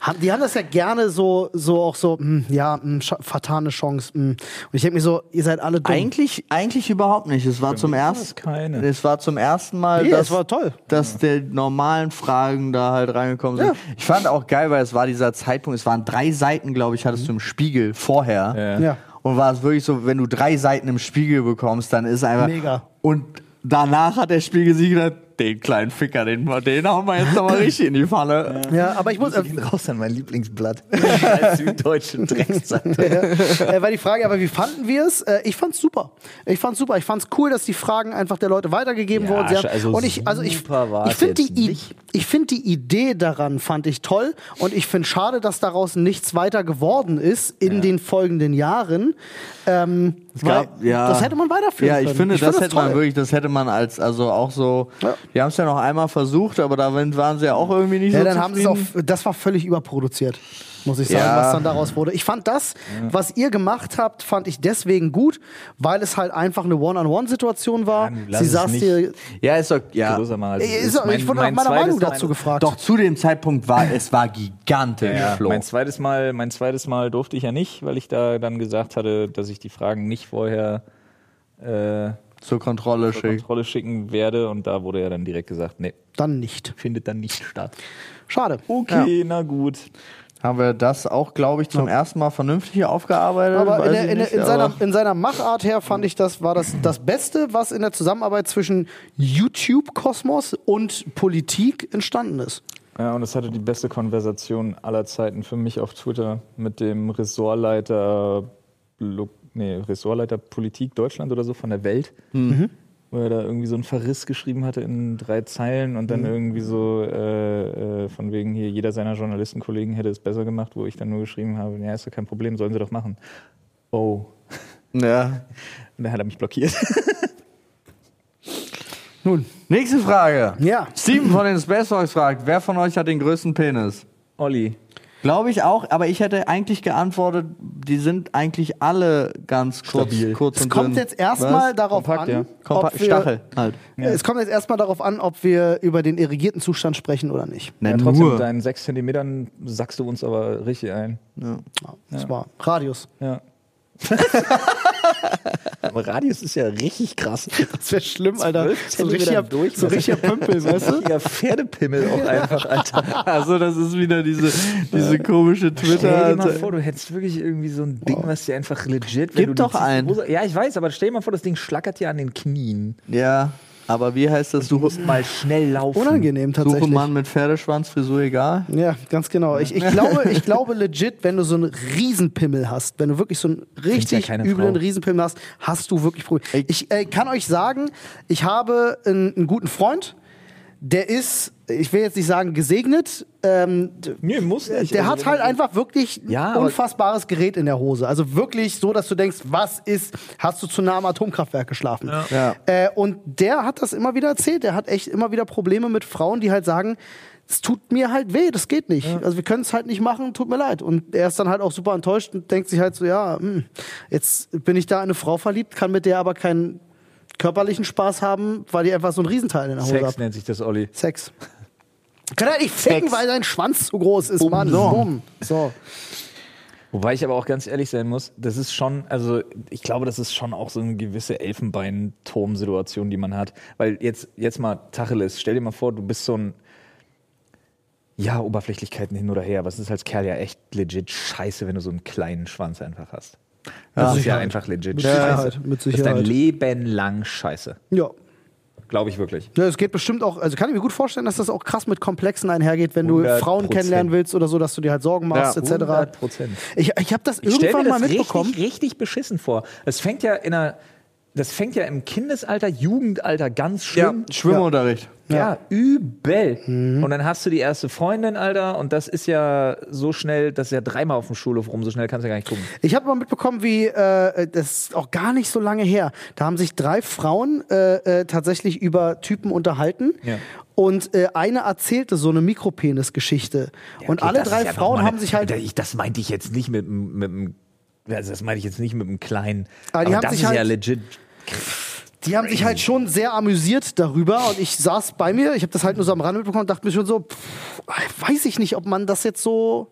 haben, die haben das ja gerne so, so auch so, hm, ja, hm, scha- vertane Chance. hm. Und ich denke mir so, ihr seid alle dumm. Eigentlich, eigentlich überhaupt nicht. Es war zum das ersten, keine. es war zum ersten Mal, Nee, dass, das war toll. dass der normalen Fragen da halt reingekommen sind. Ja. Ich fand auch geil, weil es war dieser Zeitpunkt. Es waren drei Seiten, glaube ich, hattest du im Spiegel vorher. Ja. Und war es wirklich so, wenn du drei Seiten im Spiegel bekommst, dann ist einfach. Mega. Und danach hat der Spiegel sich gedacht, den kleinen Ficker, den, den hauen wir jetzt nochmal richtig in die Falle. Ja, aber ich muss, äh, Gehen raus an mein Lieblingsblatt. Als süddeutschen Drecksack. äh, war die Frage, aber wie fanden wir es? Äh, ich fand's super. Ich fand's super. Ich fand's cool, dass die Fragen einfach der Leute weitergegeben Ja, wurden. Sie haben, also und ich, also ich, super war's ich finde jetzt die, I- nicht. ich finde die Idee daran fand ich toll und ich finde schade, dass daraus nichts weiter geworden ist in den folgenden Jahren. Ähm, gab- weil ja. Das hätte man weiterführen Ja, ich können. finde, das, find hätte man toll. wirklich, das hätte man als, also auch so, Ja. die haben es ja noch einmal versucht, aber da waren sie ja auch irgendwie nicht Ja, so dann haben sie es auch, zufrieden. das war völlig überproduziert, muss ich sagen, Ja. was dann daraus wurde. Ich fand das, was ihr gemacht habt, fand ich deswegen gut, weil es halt einfach eine One-on-One-Situation war. lass sie es saß nicht. dir, Ja, ist doch, ja. Größer mal als- Ey, ist ist doch- ich mein- wurde nach mein meiner zweites- Meinung dazu mein- gefragt. Doch zu dem Zeitpunkt war es war gigantisch, Ja, Flo. mein zweites Mal, mein zweites Mal durfte ich ja nicht, weil ich da dann gesagt hatte, dass ich die Fragen nicht vorher äh, Zur Kontrolle zur schickt. Kontrolle schicken werde und da wurde ja dann direkt gesagt, nee, dann nicht. findet dann nicht statt. Schade. Okay, na gut. Haben wir das auch, glaube ich, zum ersten Mal vernünftig hier aufgearbeitet? Aber in, Weiß der, ich in, der, nicht, in, aber- seiner, in seiner Machart her fand ich, das war das, das Beste, was in der Zusammenarbeit zwischen YouTube-Kosmos und Politik entstanden ist. Ja, und es hatte die beste Konversation aller Zeiten für mich auf Twitter mit dem Ressortleiter, Lo- nee, Ressortleiter Politik Deutschland oder so von der Welt. Mhm. Wo er da irgendwie so einen Verriss geschrieben hatte in drei Zeilen und Mhm. dann irgendwie so äh, äh, von wegen hier, jeder seiner Journalistenkollegen hätte es besser gemacht, wo ich dann nur geschrieben habe, ja, ist doch kein Problem, sollen sie doch machen. Oh. ja. Und dann hat er mich blockiert. Nächste Frage. Ja. Steven von den Spacehawks fragt, wer von euch hat den größten Penis? Olli. Glaube ich auch, aber ich hätte eigentlich geantwortet, die sind eigentlich alle ganz kurz, Stabil. kurz Es und kommt dünn. jetzt erstmal Was? darauf Kompakt, an, ja. Kompa ob wir, Stachel halt. es kommt jetzt erstmal darauf an, ob wir über den irrigierten Zustand sprechen oder nicht. Na, Ja, trotzdem nur. mit deinen sechs Zentimetern sackst du uns aber richtig ein. Das war Radius. Ja. Aber Radius ist ja richtig krass. Das wäre schlimm, Alter. So ein richtiger, Zentimeter durch. so ein richtiger Pümpel, weißt du? Ja, Pferdepimmel auch einfach, Alter. Also das ist wieder diese, diese komische Stell dir Twitter. mal vor, du hättest wirklich irgendwie so ein Ding, was dir einfach legit. Gib du doch die ziehst, einen. Hose- Ja, ich weiß, aber stell dir mal vor, das Ding schlackert dir an den Knien. Ja, aber wie heißt das? Suche, Mal schnell laufen. Unangenehm Suche tatsächlich. Mann mit Pferdeschwanz, Frisur egal. Ja, ganz genau. Ich, ich, glaube, ich glaube legit, wenn du so einen Riesenpimmel hast, wenn du wirklich so einen richtig keine üblen Frau. Riesenpimmel hast, hast du wirklich Probleme. Ich äh, kann euch sagen, ich habe einen, einen guten Freund, der ist, ich will jetzt nicht sagen gesegnet, ähm, d- Nee, muss nicht. der Also, hat wenn halt du- einfach wirklich ein Ja, aber- unfassbares Gerät in der Hose. Also wirklich so, dass du denkst, was ist, hast du zu nah am Atomkraftwerk geschlafen? Ja. Äh, und der hat das immer wieder erzählt. Der hat echt immer wieder Probleme mit Frauen, die halt sagen, es tut mir halt weh, das geht nicht. Also wir können es halt nicht machen, tut mir leid. Und er ist dann halt auch super enttäuscht und denkt sich halt so, ja, hm, jetzt bin ich da in eine Frau verliebt, kann mit der aber keinen körperlichen Spaß haben, weil die einfach so ein Riesenteil in der Hose Sex hat. nennt sich das, Olli. Sex. Kann er nicht ficken, Sex. weil sein Schwanz zu groß ist, Mann. So. Bumm. so. Wobei ich aber auch ganz ehrlich sein muss, das ist schon, also ich glaube, das ist schon auch so eine gewisse Elfenbeinturm-Situation, die man hat. Weil jetzt, jetzt mal Tacheles, stell dir mal vor, du bist so ein, ja, Oberflächlichkeiten hin oder her, aber es ist als Kerl ja echt legit scheiße, wenn du so einen kleinen Schwanz einfach hast. Das ist ja einfach legit Mit scheiße. Sicherheit, mit Das ist Sicherheit. dein Leben lang scheiße. Ja. Glaube ich wirklich. Ja, es geht bestimmt auch, also kann ich mir gut vorstellen, dass das auch krass mit Komplexen einhergeht, wenn du 100%. Frauen kennenlernen willst oder so, dass du dir halt Sorgen machst, Ja, etc. 100%. Ich, ich habe das Ich stell irgendwann mir mal das mitbekommen. Richtig, richtig beschissen vor. Das fängt ja in einer, das fängt ja im Kindesalter, Jugendalter ganz Ja, schlimm. Schwimmunterricht. Ja, übel. Mhm. Und dann hast du die erste Freundin, Alter, und das ist ja so schnell, das ist ja dreimal auf dem Schulhof rum, so schnell kannst du ja gar nicht gucken. Ich habe mal mitbekommen, wie, äh, das ist auch gar nicht so lange her, da haben sich drei Frauen äh, äh, tatsächlich über Typen unterhalten. Ja. Und äh, eine erzählte so eine Mikropenis-Geschichte. und alle drei Frauen haben sich halt. Ich, das meinte ich jetzt nicht mit dem- mit dem, also das meinte ich jetzt nicht mit dem kleinen. Aber die haben das sich ist halt- ja legit. Die haben sich halt schon sehr amüsiert darüber und ich saß bei mir, ich habe das halt nur so am Rande mitbekommen und dachte mir schon so, pff, weiß ich nicht, ob man das jetzt so.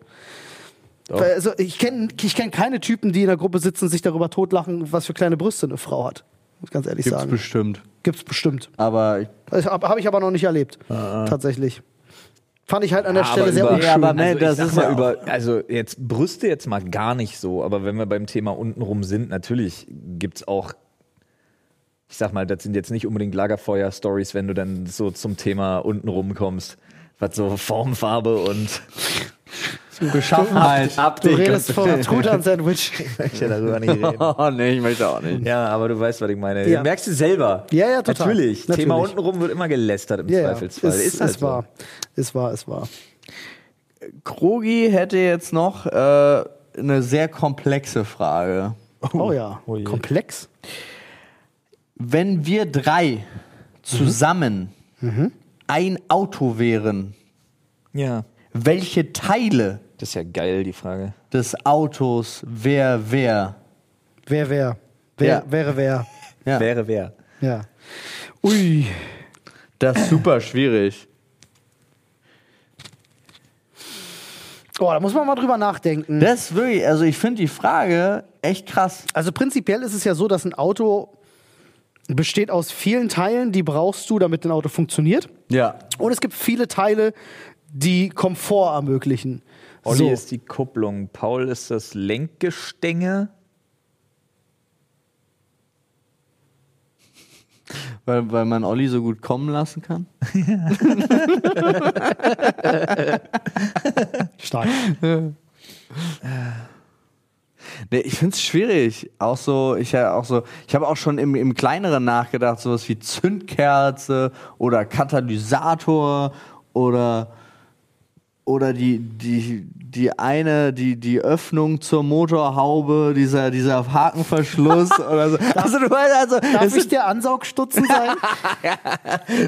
Also ich kenne ich kenn keine Typen, die in der Gruppe sitzen und sich darüber totlachen, was für kleine Brüste eine Frau hat. Muss ganz ehrlich Gibt's sagen. bestimmt. Gibt's bestimmt. Aber ich Also, Habe hab ich aber noch nicht erlebt. Tatsächlich. Fand ich halt an der Stelle sehr über- unschön. Ja, aber ne, also ich das sag ist mal ja über, also jetzt Brüste jetzt mal gar nicht so, aber wenn wir beim Thema untenrum sind, natürlich gibt's auch, ich sag mal, das sind jetzt nicht unbedingt Lagerfeuer-Stories, wenn du dann so zum Thema untenrum kommst, was so Formfarbe und Beschaffenheit. du Optik. redest vom Truthahn-Sandwich. Ich ja darüber nicht reden. Oh, nee, ich möchte auch nicht. Ja, aber du weißt, was ich meine. Ja. Du merkst es selber. Ja, ja, total. Natürlich. Natürlich. Thema untenrum wird immer gelästert im Ja, ja. Ist, Zweifelsfall. ist, halt so. wahr. Ist wahr, ist wahr. Krogi hätte jetzt noch äh, eine sehr komplexe Frage. Oh ja. Komplex. Wenn wir drei zusammen ein Auto wären, Ja. welche Teile Das ist ja geil, die Frage. des Autos wer wer? Wer, wer? Wer, Ja. wäre, wer? Ja. Wäre wer. Ja. Ui. Das ist super schwierig. Oh, da muss man mal drüber nachdenken. Das ist wirklich, also ich finde die Frage echt krass. Also prinzipiell ist es ja so, dass ein Auto besteht aus vielen Teilen, die brauchst du, damit ein Auto funktioniert. Ja. Und es gibt viele Teile, die Komfort ermöglichen. Olli so. ist die Kupplung, Paul ist das Lenkgestänge. Weil, weil man Olli so gut kommen lassen kann. stark. Äh. Nee, ich finde es schwierig. Auch so, ich ja auch so, ich habe auch schon im, im kleineren nachgedacht, sowas wie Zündkerze oder Katalysator oder oder die, die, die eine, die, die Öffnung zur Motorhaube, dieser, dieser Hakenverschluss oder so. Also du weißt also, es Darf sind- ich der Ansaugstutzen sein?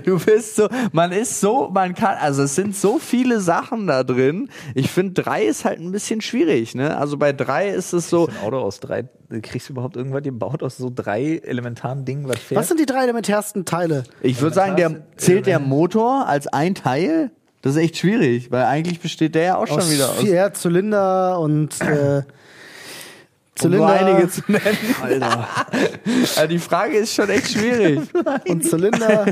Du bist so, man ist so, man kann, also es sind so viele Sachen da drin. Ich finde, drei ist halt ein bisschen schwierig, ne? Also bei drei ist es so, Ein Auto aus drei. Kriegst du überhaupt irgendwas gebaut aus so drei elementaren Dingen, was fährt? Was sind die drei elementarsten Teile? ich würde sagen, der, zählt der Motor als ein Teil? Das ist echt schwierig, weil eigentlich besteht der ja auch schon wieder aus. vier Zylinder und äh, um Nur Zylinder einige zu nennen. Alter. also die Frage ist schon echt schwierig. und Zylinder.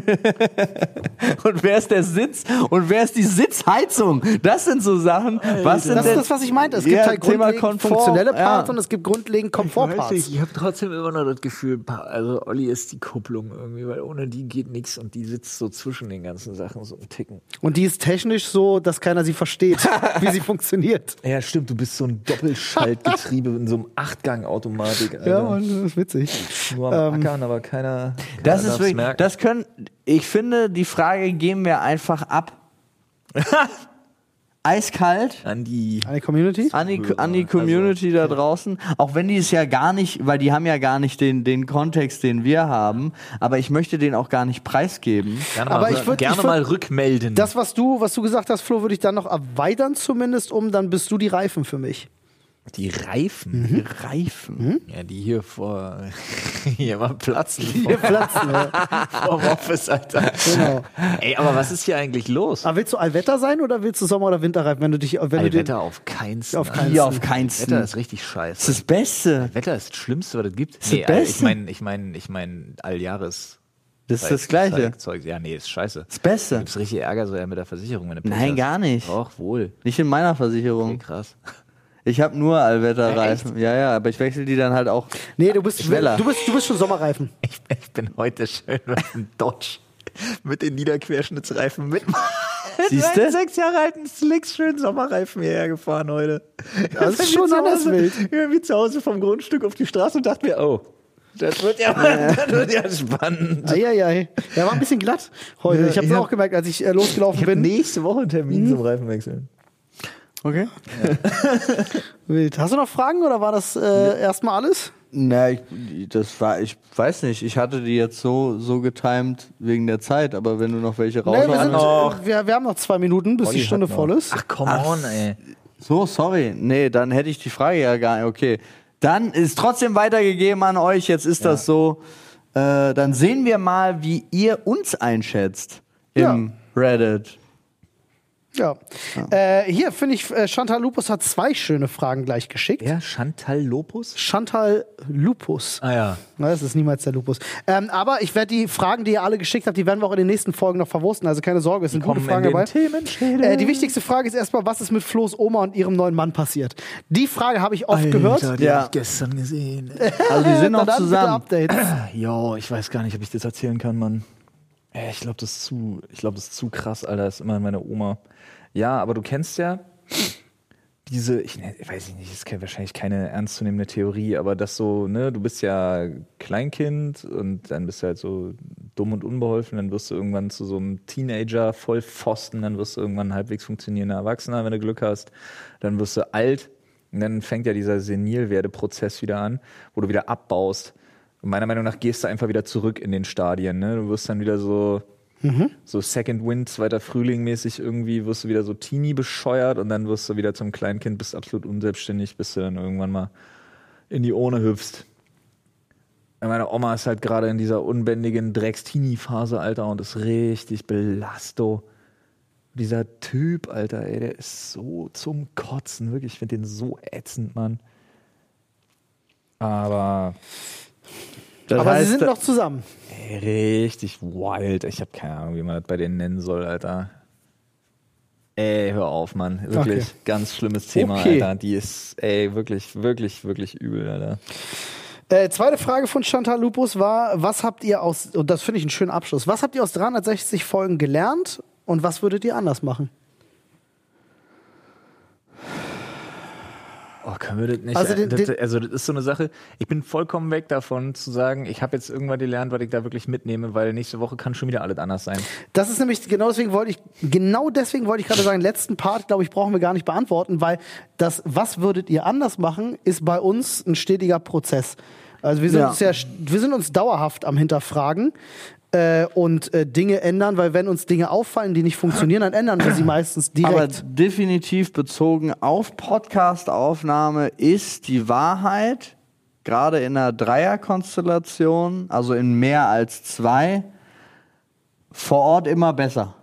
Und wer ist der Sitz? Und wer ist die Sitzheizung? Das sind so Sachen. Was sind Das ist denn, das, was ich meinte. Es gibt Ja, halt Thema grundlegend Komfort, funktionelle Parts ja. und es gibt grundlegend Komfortparts. Ich, ich habe trotzdem immer noch das Gefühl, pa- also Olli ist die Kupplung irgendwie, weil ohne die geht nichts und die sitzt so zwischen den ganzen Sachen so ein Ticken. Und die ist technisch so, dass keiner sie versteht, wie sie funktioniert. Ja, stimmt, du bist so ein Doppelschaltgetriebe in so einem Achtgang-Automatik. Ja, Alter. Mann, das ist witzig. Nur am Ackern, aber keiner. das keiner ist darf's wirklich, merken. das können, ich finde, die Frage geben wir einfach ab. Eiskalt. an die. Eine Community? An die, an die also Community da draußen, auch wenn die es ja gar nicht, weil die haben ja gar nicht den, den Kontext, den wir haben, aber ich möchte den auch gar nicht preisgeben. Gerne Aber mal, ich würd- gerne ich würd- mal rückmelden. Das, was du, was du gesagt hast, Flo, würde ich dann noch erweitern, zumindest um, dann bist du die Reifen für mich. die Reifen. Reifen. Ja, die hier vor. hier mal platzen. Wir platzen, ja. Vom Office, Alter. genau. Ey, aber was ist hier eigentlich los? Aber Ah, willst du Allwetter sein oder willst du Sommer- oder Winterreifen, wenn du dich, wenn du den, Wetter auf keins. ne? Auf keinen. Ja, auf keinen Wetter ist richtig scheiße. Das ist das Beste. Wetter ist das Schlimmste, was es gibt. das Beste. ich meine, ich meine, ich meine, alljahres. Das ist das Gleiche. Zeug. Ja, nee, ist scheiße. Das Beste. Gibt's richtig Ärger so ja, mit der Versicherung, wenn du Pech Nein, hast. gar nicht. Doch, wohl. Nicht in meiner Versicherung. Okay, krass. Ich habe nur Allwetterreifen. Ja, ja, aber ich wechsle die dann halt auch. nee, du bist, Schneller. du bist, du bist schon Sommerreifen. Ich, ich bin heute schön mit dem Dodge. Mit den Niederquerschnittsreifen mit Siehst meinen du? sechs Jahre alten Slicks schön Sommerreifen hierher gefahren heute. Das ist Ich bin schon zu anders Hause- wild. Ich bin wie zu Hause vom Grundstück auf die Straße und dachte mir, oh, das wird ja, das wird ja spannend. Eieiei. Der war ein bisschen glatt heute. ich habe es ich hab- auch gemerkt, als ich äh, losgelaufen bin. Nächste Woche einen Termin zum Reifenwechseln. Okay. Wild. Hast du noch Fragen oder war das äh, erstmal alles? Na, ich, das war, ich weiß nicht. Ich hatte die jetzt so, so getimed wegen der Zeit, aber wenn du noch welche raus wir, sind, hast- äh, wir, wir haben noch zwei Minuten, bis die Stunde voll ist. Ach, come on, ey. So, sorry. Nee, dann hätte ich die Frage ja gar nicht. Okay. Dann ist trotzdem weitergegeben an euch. Jetzt ist das so. Äh, dann sehen wir mal, wie ihr uns einschätzt im Reddit. Ja. Äh, hier finde ich, äh, Chantal Lupus hat zwei schöne Fragen gleich geschickt. Ja, Chantal Lopus? Chantal Lupus. Ah ja. Na, das ist niemals der Lupus. Ähm, aber ich werde die Fragen, die ihr alle geschickt habt, die werden wir auch in den nächsten Folgen noch verwursten. Also keine Sorge, es sind gute Fragen dabei. Äh, die wichtigste Frage ist erstmal, was ist mit Flo's Oma und ihrem neuen Mann passiert? Die Frage habe ich oft gehört. die Ja. hab ich gestern gesehen. Also, die sind noch Dann bitte zusammen. Updates. Jo, ich weiß gar nicht, ob ich das erzählen kann, Mann. Ey, Ich glaube, das ist zu, ich glaube, das ist zu krass, Alter. Das ist immer meine Oma. Ja, aber du kennst ja diese, ich, ne- ich weiß nicht, ist ke- wahrscheinlich keine ernstzunehmende Theorie, aber das so, ne, du bist ja Kleinkind und dann bist du halt so dumm und unbeholfen, dann wirst du irgendwann zu so einem Teenager voll Pfosten, dann wirst du irgendwann ein halbwegs funktionierender Erwachsener, wenn du Glück hast, dann wirst du alt und dann fängt ja dieser Senilwerdeprozess wieder an, wo du wieder abbaust. Und meiner Meinung nach gehst du einfach wieder zurück in den Stadien, ne? Du wirst dann wieder so, so Second Wind, zweiter Frühling mäßig irgendwie, wirst du wieder so teeny bescheuert und dann wirst du wieder zum Kleinkind, bist absolut unselbstständig, bis du dann irgendwann mal in die Urne hüpfst. Ja, Meine Oma ist halt gerade in dieser unbändigen Drecks-Teenie-Phase, Alter, und ist richtig belasto. Dieser Typ, Alter, ey, der ist so zum Kotzen, wirklich. Ich finde den so ätzend, Mann. Aber Das Aber heißt, sie sind noch zusammen. Richtig wild. Ich habe keine Ahnung, wie man das bei denen nennen soll, Alter. Ey, hör auf, Mann. Wirklich Okay. ganz schlimmes Thema, Okay. Alter. Die ist, ey, wirklich, wirklich, wirklich übel, Alter. Äh, zweite Frage von Chantal Lupus war, was habt ihr aus, und das finde ich einen schönen Abschluss, was habt ihr aus 360 Folgen gelernt und was würdet ihr anders machen? Oh, können wir das nicht? Also Also, den- das, den- also das ist so eine Sache. Ich bin vollkommen weg davon zu sagen, ich habe jetzt irgendwann gelernt, was ich da wirklich mitnehme, weil nächste Woche kann schon wieder alles anders sein. Das ist nämlich genau deswegen wollte ich genau deswegen wollte ich gerade sagen, letzten Part, glaube ich, brauchen wir gar nicht beantworten, weil das was würdet ihr anders machen, ist bei uns ein stetiger Prozess. Also wir sind Ja. uns ja wir sind uns dauerhaft am hinterfragen äh, und äh, Dinge ändern, weil wenn uns Dinge auffallen, die nicht funktionieren, dann ändern wir sie meistens aber direkt. definitiv bezogen auf Podcast-Aufnahme ist die Wahrheit, gerade in einer Dreierkonstellation, also in mehr als zwei, vor Ort immer besser.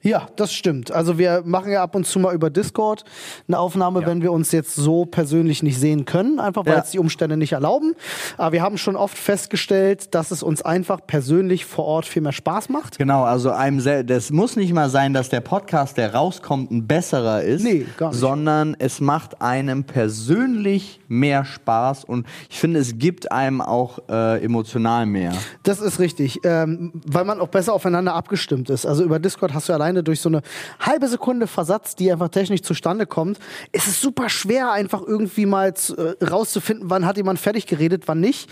Ja, das stimmt. Also wir machen ja ab und zu mal über Discord eine Aufnahme, wenn wir uns jetzt so persönlich nicht sehen können, einfach weil Ja. es die Umstände nicht erlauben. Aber wir haben schon oft festgestellt, dass es uns einfach persönlich vor Ort viel mehr Spaß macht. Genau, also einem sel das muss nicht mal sein, dass der Podcast, der rauskommt, ein besserer ist, Nee, gar nicht. sondern es macht einem persönlich mehr Spaß und ich finde, es gibt einem auch äh, emotional mehr. Das ist richtig, ähm, weil man auch besser aufeinander abgestimmt ist. Also über Discord hast du alleine durch so eine halbe Sekunde Versatz, die einfach technisch zustande kommt, ist es super schwer, einfach irgendwie mal zu, äh, rauszufinden, wann hat jemand fertig geredet, wann nicht.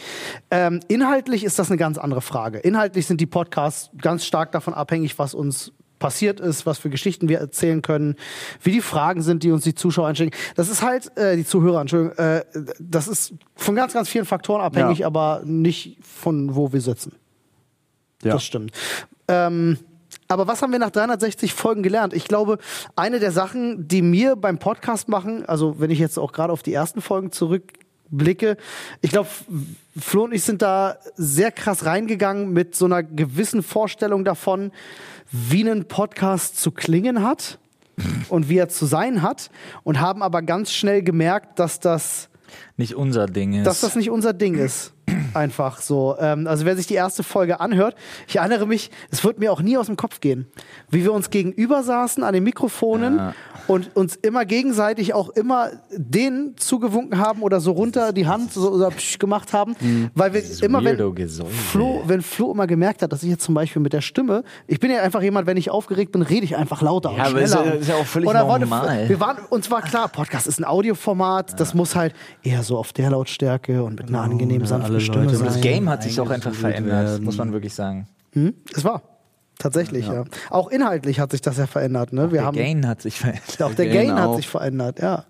Ähm, inhaltlich ist das eine ganz andere Frage. Inhaltlich sind die Podcasts ganz stark davon abhängig, was uns passiert ist, was für Geschichten wir erzählen können, wie die Fragen sind, die uns die Zuschauer einschicken. Das ist halt, äh, die Zuhörer, Entschuldigung, äh, das ist von ganz, ganz vielen Faktoren abhängig, Ja. aber nicht von wo wir sitzen. Ja. Das stimmt. Ähm, aber was haben wir nach 360 Folgen gelernt? Ich glaube, eine der Sachen, die mir beim Podcast machen, also wenn ich jetzt auch gerade auf die ersten Folgen zurückblicke, ich glaube, Flo und ich sind da sehr krass reingegangen mit so einer gewissen Vorstellung davon, wie ein Podcast zu klingen hat und wie er zu sein hat und haben aber ganz schnell gemerkt, dass das Nicht unser Ding ist. dass das nicht unser Ding ist. Einfach so. Ähm, also wer sich die erste Folge anhört, ich erinnere mich, es wird mir auch nie aus dem Kopf gehen, wie wir uns gegenüber saßen an den Mikrofonen und uns immer gegenseitig auch immer den zugewunken haben oder so runter die Hand so, so psch gemacht haben, weil wir immer Hm. weirdo wenn Gesäusel. Flo, wenn Flo immer gemerkt hat, dass ich jetzt zum Beispiel mit der Stimme, ich bin ja einfach jemand, wenn ich aufgeregt bin, rede ich einfach lauter und Ja, aber schneller. ist ja- ist ja auch völlig Oder warte, normal. wir waren, uns war klar, Podcast ist ein Audioformat, das muss halt eher so auf der Lautstärke und mit Genau, einer angenehmen, sanften Stimme Und das sein. Game hat sich auch einfach verändert, muss man wirklich sagen. Es war. Tatsächlich, ja. Auch inhaltlich hat sich das ja verändert, ne? Wir Der haben, Gain Genau. hat sich verändert. auch der Der Gain Gain hat auch. sich verändert, ja.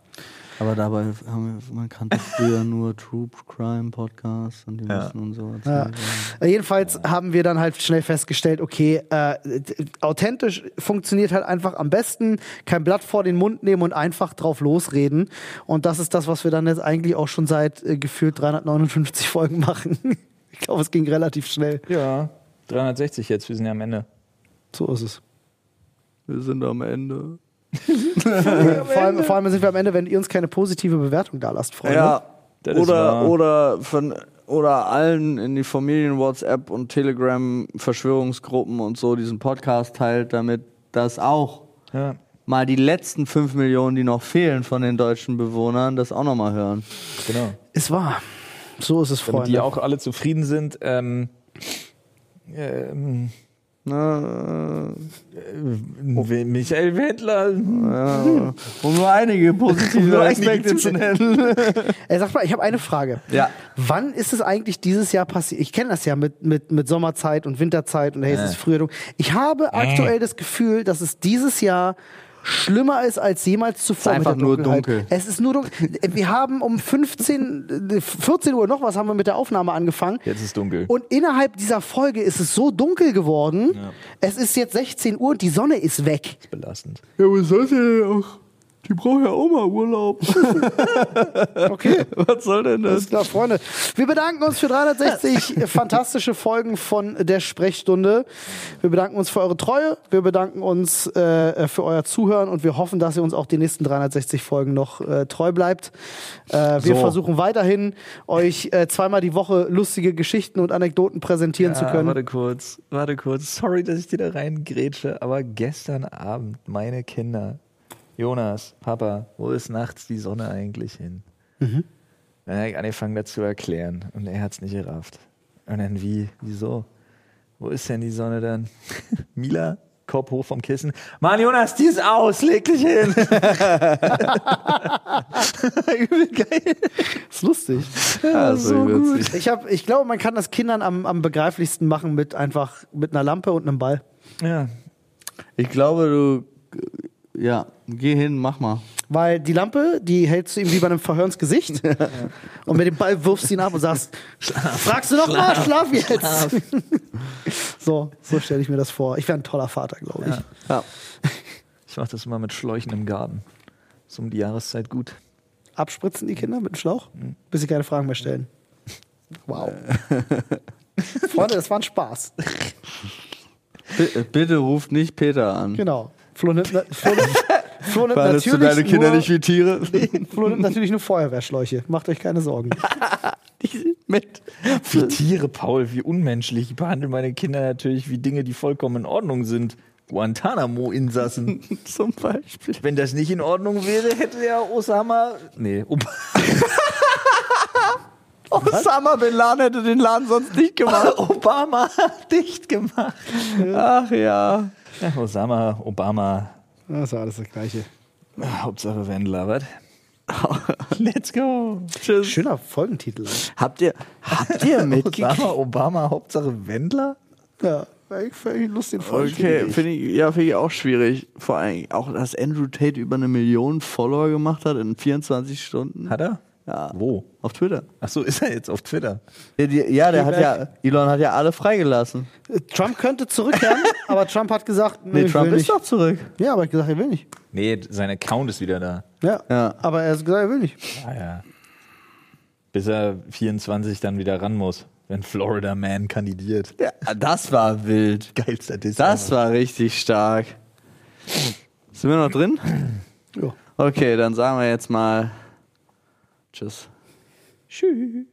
Aber dabei haben wir, man kannte früher nur True Crime Podcasts und die müssen und so. Ja. Äh, Jedenfalls haben wir dann halt schnell festgestellt, okay, äh, d- authentisch funktioniert halt einfach am besten, kein Blatt vor den Mund nehmen und einfach drauf losreden. Und das ist das, was wir dann jetzt eigentlich auch schon seit äh, gefühlt 359 Folgen machen. Ich glaube, es ging relativ schnell. Ja, 360 jetzt, wir sind ja am Ende. So ist es. Wir sind am Ende. Vor allem, vor allem sind wir am Ende, wenn ihr uns keine positive Bewertung da lasst, Freunde. Ja, Das ist oder, wahr. oder, von, oder allen in die Familien, WhatsApp und Telegram, Verschwörungsgruppen und so diesen Podcast teilt, damit das auch Ja. mal die letzten 5 Millionen, die noch fehlen von den deutschen Bewohnern, das auch nochmal hören. Genau. Es war. So ist es, Freunde. Damit die auch alle zufrieden sind. Ähm, ähm, Na, äh, Will- äh, Michael Wendler. ja. Um nur einige positive nur einige Aspekte zu zu nennen. Ey, sag mal, ich habe eine Frage. Ja. Wann ist es eigentlich dieses Jahr passiert? Ich kenne das ja mit, mit, mit Sommerzeit und Winterzeit und hey, Äh. es ist früher. dunkel. Ich habe aktuell das Gefühl, dass es dieses Jahr schlimmer ist als jemals zuvor. Es ist mit der einfach nur Dunkelheit. dunkel. Es ist nur dunkel. Wir haben um 15, äh, 14 Uhr noch was haben wir mit der Aufnahme angefangen. Jetzt ist dunkel. Und innerhalb dieser Folge ist es so dunkel geworden. Es ist jetzt 16 Uhr und die Sonne ist weg. Belastend. Ja, aber soll ja auch. Die braucht ja auch mal Urlaub. Okay. Was soll denn Alles klar, Freunde. Wir bedanken uns für 360 fantastische Folgen von der Sprechstunde. Wir bedanken uns für eure Treue. Wir bedanken uns äh, für euer Zuhören und wir hoffen, dass ihr uns auch die nächsten 360 Folgen noch äh, treu bleibt. Äh, wir versuchen weiterhin, euch äh, zweimal die Woche lustige Geschichten und Anekdoten präsentieren zu können. Ah, warte kurz, warte kurz. Sorry, dass ich dir da reingrätsche, aber gestern Abend, meine Kinder, Jonas, Papa, wo ist nachts die Sonne eigentlich hin? Mhm. Dann habe ich angefangen, das zu erklären und er hat es nicht gerafft. Und dann wie, wieso? Wo ist denn die Sonne dann? Mila, Kopf hoch vom Kissen. Mann, Jonas, die ist aus, leg dich hin. Übel geil. Das ist lustig. Ja, so gut. Ich, hab, ich glaube, man kann das Kindern am, am begreiflichsten machen mit einfach mit einer Lampe und einem Ball. Ja, Ich glaube, du. Ja, geh hin, mach mal. Weil die Lampe, die hältst du ihm wie bei einem Verhör ins Gesicht. und mit dem Ball wirfst du ihn ab und sagst, schlaf, fragst du doch mal, schlaf jetzt. so, so stelle ich mir das vor. Ich wäre ein toller Vater, glaube ich. Ja. ich mache das immer mit Schläuchen im Garten. Ist um die Jahreszeit gut. Abspritzen die Kinder mit dem Schlauch, bis sie keine Fragen mehr stellen. Wow. Freunde, das war ein Spaß. B bitte ruft nicht Peter an. Genau. Flo nimmt, na, Flo nimmt, Flo nimmt Behandelst du deine natürlich Kinder nur, nicht wie Tiere? Flo nimmt natürlich nur Feuerwehrschläuche. Macht euch keine Sorgen. Mit. Wie Tiere, Paul, wie unmenschlich. Ich behandle meine Kinder natürlich wie Dinge, die vollkommen in Ordnung sind. Guantanamo-Insassen. Zum Beispiel. Wenn das nicht in Ordnung wäre, hätte ja Osama. Nee, um- Ob Osama Bin Laden hätte den Laden sonst nicht gemacht. Obama dicht gemacht. Ach ja. Ja, Osama, Obama, Das ist alles das Gleiche. Hauptsache Wendler, was? Let's go. Tschüss. Schöner Folgentitel. Habt ihr, habt ihr mitgekriegt? Osama, Obama, Hauptsache Wendler? Ja, ich völlig Lust, den Okay, Folgentitel. finde ich, ja, finde ich auch schwierig. Vor allem auch, dass Andrew Tate über eine Million Follower gemacht hat in 24 Stunden. Hat er? Ja. Wo? Auf Twitter. Achso, ist er jetzt auf Twitter? Ja, die, ja der hat ja, Elon hat ja alle freigelassen. Trump könnte zurückkehren, aber Trump hat gesagt, Nee, ich Trump will ist nicht. doch zurück. Ja, aber er hat gesagt, er will nicht. Nee, sein Account ist wieder da. Ja, Ja. aber er hat gesagt, er will nicht. Ah ja. Bis er 24 dann wieder ran muss, wenn Florida Man kandidiert. Ja, Ah, das war wild. Geilster Diss. Das war richtig stark. Sind wir noch drin? Ja. Okay, dann sagen wir jetzt mal Tschüss. Tschüss.